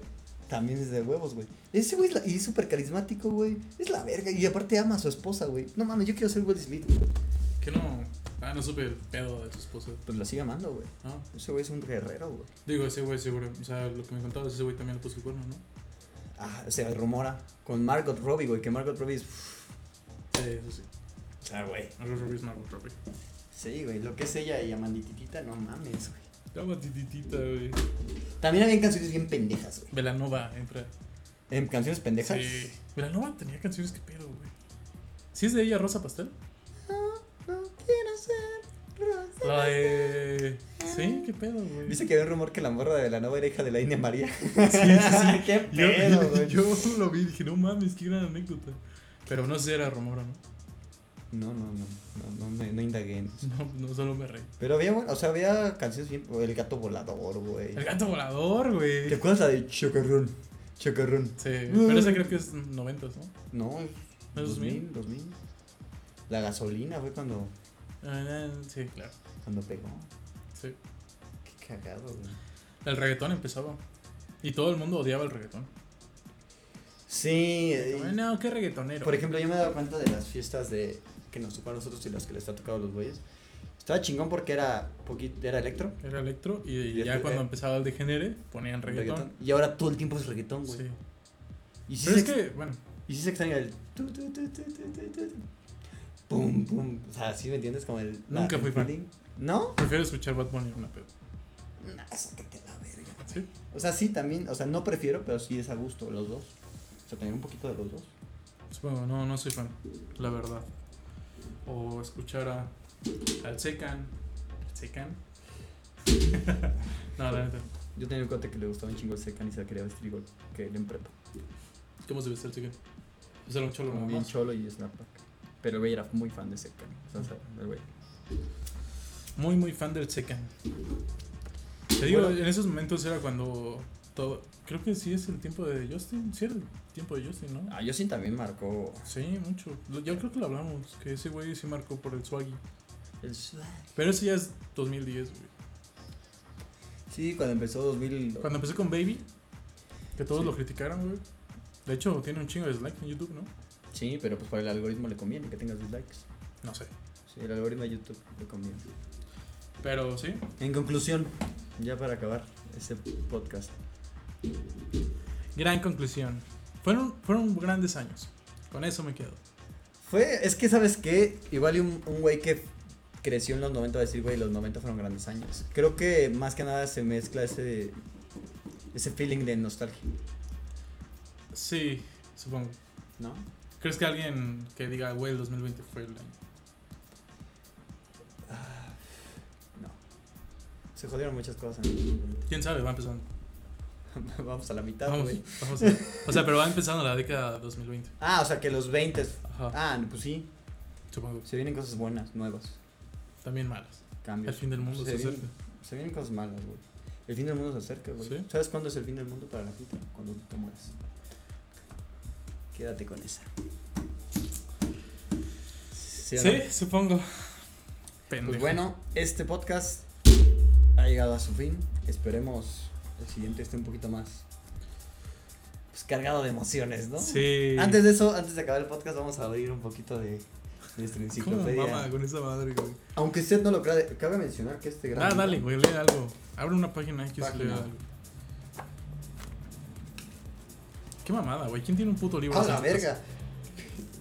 Speaker 1: También es de huevos, güey. Ese güey es la- y es súper carismático, güey. Es la verga. Y aparte ama a su esposa, güey. No mames, yo quiero ser Will Smith. güey.
Speaker 2: Que no. Ah, no supe el pedo de su esposo.
Speaker 1: Pues lo sigue amando, güey.
Speaker 2: ¿no?
Speaker 1: Ese güey es un guerrero, güey.
Speaker 2: Digo, ese güey seguro. O sea, lo que me contabas, ese güey también le puso el cuerno, ¿no?
Speaker 1: Ah, se rumora con Margot Robbie, güey. Que Margot Robbie es.
Speaker 2: Sí, eso sí.
Speaker 1: O sea, güey.
Speaker 2: Margot Robbie es Margot Robbie.
Speaker 1: Sí, güey. Lo que es ella y Amandititita, no mames, güey.
Speaker 2: Estaba tititita, güey.
Speaker 1: También había canciones bien pendejas, güey.
Speaker 2: Velanova entra.
Speaker 1: ¿En canciones pendejas?
Speaker 2: Sí. Velanova tenía canciones que pedo, güey. ¿Sí es de ella Rosa Pastel?
Speaker 1: No quiero ser rosa.
Speaker 2: La de. Sí, qué pedo, güey.
Speaker 1: Dice que había un rumor que la morra de la nova era hija de la India María. Sí,
Speaker 2: sí.
Speaker 1: Qué
Speaker 2: Yo,
Speaker 1: pedo, güey.
Speaker 2: yo lo vi y dije, no mames, qué gran anécdota. Pero no sé si era rumor o no.
Speaker 1: No, no, no, no, no, me- no indagué en eso.
Speaker 2: No, no solo me reí.
Speaker 1: Pero había, bueno, o sea, había canciones bien, o el gato volador, güey.
Speaker 2: El gato volador, güey.
Speaker 1: ¿Te acuerdas la de Chocarrón? Chocarrón.
Speaker 2: Sí, pero esa creo que es 90, ¿no?
Speaker 1: No,
Speaker 2: ¿No es
Speaker 1: 2000, 2000. La gasolina fue cuando,
Speaker 2: Ah, sí, claro.
Speaker 1: cuando pegó.
Speaker 2: Sí.
Speaker 1: Qué cagado, güey.
Speaker 2: El reggaetón empezaba. Y todo el mundo odiaba el reggaetón.
Speaker 1: Sí, eh,
Speaker 2: Como, No, qué reggaetonero.
Speaker 1: Por ejemplo, yo me he dado cuenta de las fiestas de que nos tocó a nosotros y las que les ha tocado a los güeyes. Estaba chingón porque era poquito, era electro.
Speaker 2: Era electro y,
Speaker 1: Y
Speaker 2: ya
Speaker 1: el-
Speaker 2: cuando
Speaker 1: eh,
Speaker 2: empezaba el degenere ponían reggaetón.
Speaker 1: Y ahora todo el tiempo es reggaetón, güey.
Speaker 2: Sí.
Speaker 1: Y, sí
Speaker 2: Pero
Speaker 1: se
Speaker 2: es
Speaker 1: ex-
Speaker 2: que, bueno,
Speaker 1: y sí se extraña el. tu, tu, tu, tu, tu, tu, tu, tu. Pum, pum. O sea, ¿sí me entiendes? Como el.
Speaker 2: Nunca
Speaker 1: el
Speaker 2: fui fan.
Speaker 1: feeling. ¿No?
Speaker 2: prefiero escuchar Bad Bunny en una pedo.
Speaker 1: Nah, sácate la verga.
Speaker 2: Sí.
Speaker 1: O sea, sí, también, o sea, no prefiero, pero sí es a gusto los dos. O sea, tener un poquito de los dos.
Speaker 2: Supongo, no, no soy fan, la verdad. O escuchar a, al Secan. ¿Al Secan? no, la neta.
Speaker 1: Yo tenía un cuate que le gustaba un chingo el secan y se quería vestir igual que él en prepa.
Speaker 2: ¿Cómo se viste el Secan? Pues era un cholo
Speaker 1: Como
Speaker 2: nomás.
Speaker 1: bien cholo y snapback. Pero el güey era muy fan de secan. O sea, el güey.
Speaker 2: Muy, muy fan del Secan. Te digo,
Speaker 1: Bueno.
Speaker 2: en esos momentos era cuando todo. Creo que sí es el tiempo de Justin. Sí, era el tiempo de Justin, ¿no?
Speaker 1: Ah, yo sí también marcó
Speaker 2: Sí, mucho. Lo- Yo creo que lo hablamos, que ese güey sí marcó por el swaggy.
Speaker 1: el swag.
Speaker 2: Pero ese ya es 2010, güey.
Speaker 1: Sí, cuando empezó 2000.
Speaker 2: Cuando empecé con Baby, que todos
Speaker 1: Sí.
Speaker 2: lo criticaron, güey. De hecho, tiene un chingo de dislike en YouTube, ¿no?
Speaker 1: Sí, pero pues para el algoritmo le conviene que tengas dislikes.
Speaker 2: No sé.
Speaker 1: Sí, el algoritmo de YouTube le conviene.
Speaker 2: Pero sí,
Speaker 1: En conclusión, ya para acabar este podcast.
Speaker 2: gran conclusión. Fueron, fueron grandes años. Con eso me quedo.
Speaker 1: Fue, es que sabes que igual y un, un güey que creció en los 90 va a decir, güey, los 90 fueron grandes años. Creo que más que nada se mezcla ese, ese feeling de nostalgia,
Speaker 2: Sí, supongo.
Speaker 1: ¿no?
Speaker 2: ¿Crees que alguien que diga, güey, el 2020 fue el año?
Speaker 1: Ah, No. Se jodieron muchas cosas. en el mundo.
Speaker 2: ¿Quién sabe? Va empezando.
Speaker 1: Vamos a la mitad,
Speaker 2: Vamos,
Speaker 1: güey.
Speaker 2: vamos a- o sea, pero va empezando la década 2020.
Speaker 1: Ah, o sea que los 20.
Speaker 2: Ajá,
Speaker 1: Ah, pues sí.
Speaker 2: supongo.
Speaker 1: Se vienen cosas buenas, nuevas,
Speaker 2: También malas. El
Speaker 1: cambios.
Speaker 2: fin del mundo se
Speaker 1: se,
Speaker 2: acerca.
Speaker 1: vienen, se vienen cosas malas, güey. El fin del mundo se acerca, güey.
Speaker 2: Sí.
Speaker 1: ¿Sabes cuándo es el fin del mundo para la gente? Cuando tú te mueras. Quédate con esa. ¿Sí? o no?
Speaker 2: Sí, supongo. Pendejo.
Speaker 1: Pues bueno, este podcast ha llegado a su fin. Esperemos el siguiente esté un poquito más pues, cargado de emociones, ¿no?
Speaker 2: Sí.
Speaker 1: Antes de eso, antes de acabar el podcast, vamos a abrir un poquito de nuestra
Speaker 2: ¿Cómo
Speaker 1: enciclopedia.
Speaker 2: mamá con esa madre, güey?
Speaker 1: Aunque usted no lo crea, cabe mencionar que este gran.
Speaker 2: Ah, dale, güey, lee algo. Abre una página X y lee
Speaker 1: Página.
Speaker 2: algo. Qué mamada, güey. ¿Quién tiene un puto libro?
Speaker 1: ¡A
Speaker 2: así
Speaker 1: la
Speaker 2: en su
Speaker 1: verga!
Speaker 2: casa?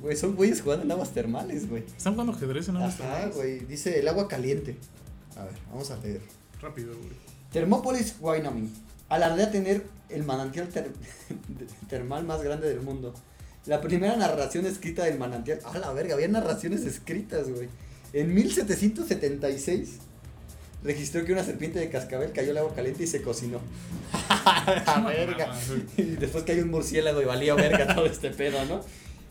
Speaker 1: Güey, son güeyes jugando en aguas termales, güey.
Speaker 2: Están jugando ajedrez en ambos
Speaker 1: Ajá, güey. Dice el agua caliente. A ver, vamos a leer.
Speaker 2: Rápido, güey.
Speaker 1: Termópolis, Wyoming. Alardea tener el manantial ter- de- termal más grande del mundo. La primera narración escrita del manantial. A la verga, había narraciones escritas, güey. En 1776 registró que una serpiente de cascabel cayó al agua caliente y se cocinó. A la verga.
Speaker 2: Mamá, güey.
Speaker 1: Y después cayó un murciélago y valía verga todo este pedo, ¿no?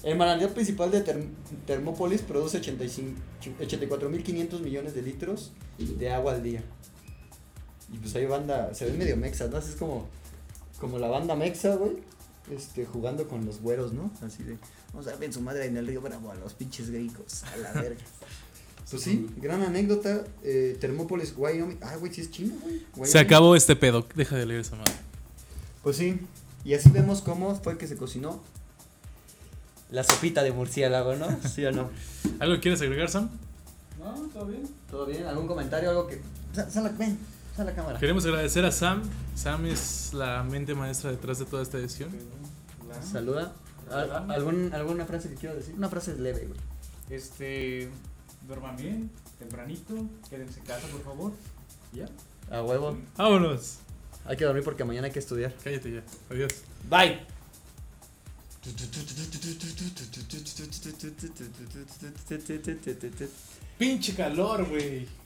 Speaker 1: El manantial principal de Ter- Termópolis produce 85 84.500 millones de litros de agua al día. Y pues hay banda, se ven medio mexas, ¿no? Así es como, como la banda mexa, güey. Este, jugando con los güeros, ¿no? Así de, vamos a ver en su madre en el río Bravo a los pinches gringos, a la verga. pues sí, gran anécdota, eh, Termópolis, Wyoming. Ah, güey, sí es chino, güey.
Speaker 2: Se
Speaker 1: Wyoming.
Speaker 2: acabó este pedo. Deja de leer esa madre.
Speaker 1: Pues sí, y así vemos cómo fue que se cocinó la sopita de murciélago, ¿no? ¿Sí o no?
Speaker 2: ¿Algo que quieres agregar, Sam?
Speaker 1: No, todo bien. ¿Todo bien? ¿Algún comentario? ¿Algo que.? Sal, sal- ven, sal a la cámara.
Speaker 2: Queremos agradecer a Sam. Sam es la mente maestra detrás de toda esta edición.
Speaker 3: pues
Speaker 1: Ah, Saluda. Al- algún- ¿Alguna frase que quiero decir? Una frase leve, güey.
Speaker 3: Este, duerman bien, tempranito, quédense en casa, por favor. Ya.
Speaker 1: A huevo.
Speaker 2: Vámonos.
Speaker 1: Hay que dormir porque mañana hay que estudiar.
Speaker 2: Cállate ya. Adiós.
Speaker 1: Bye.
Speaker 2: Pinche calor, güey.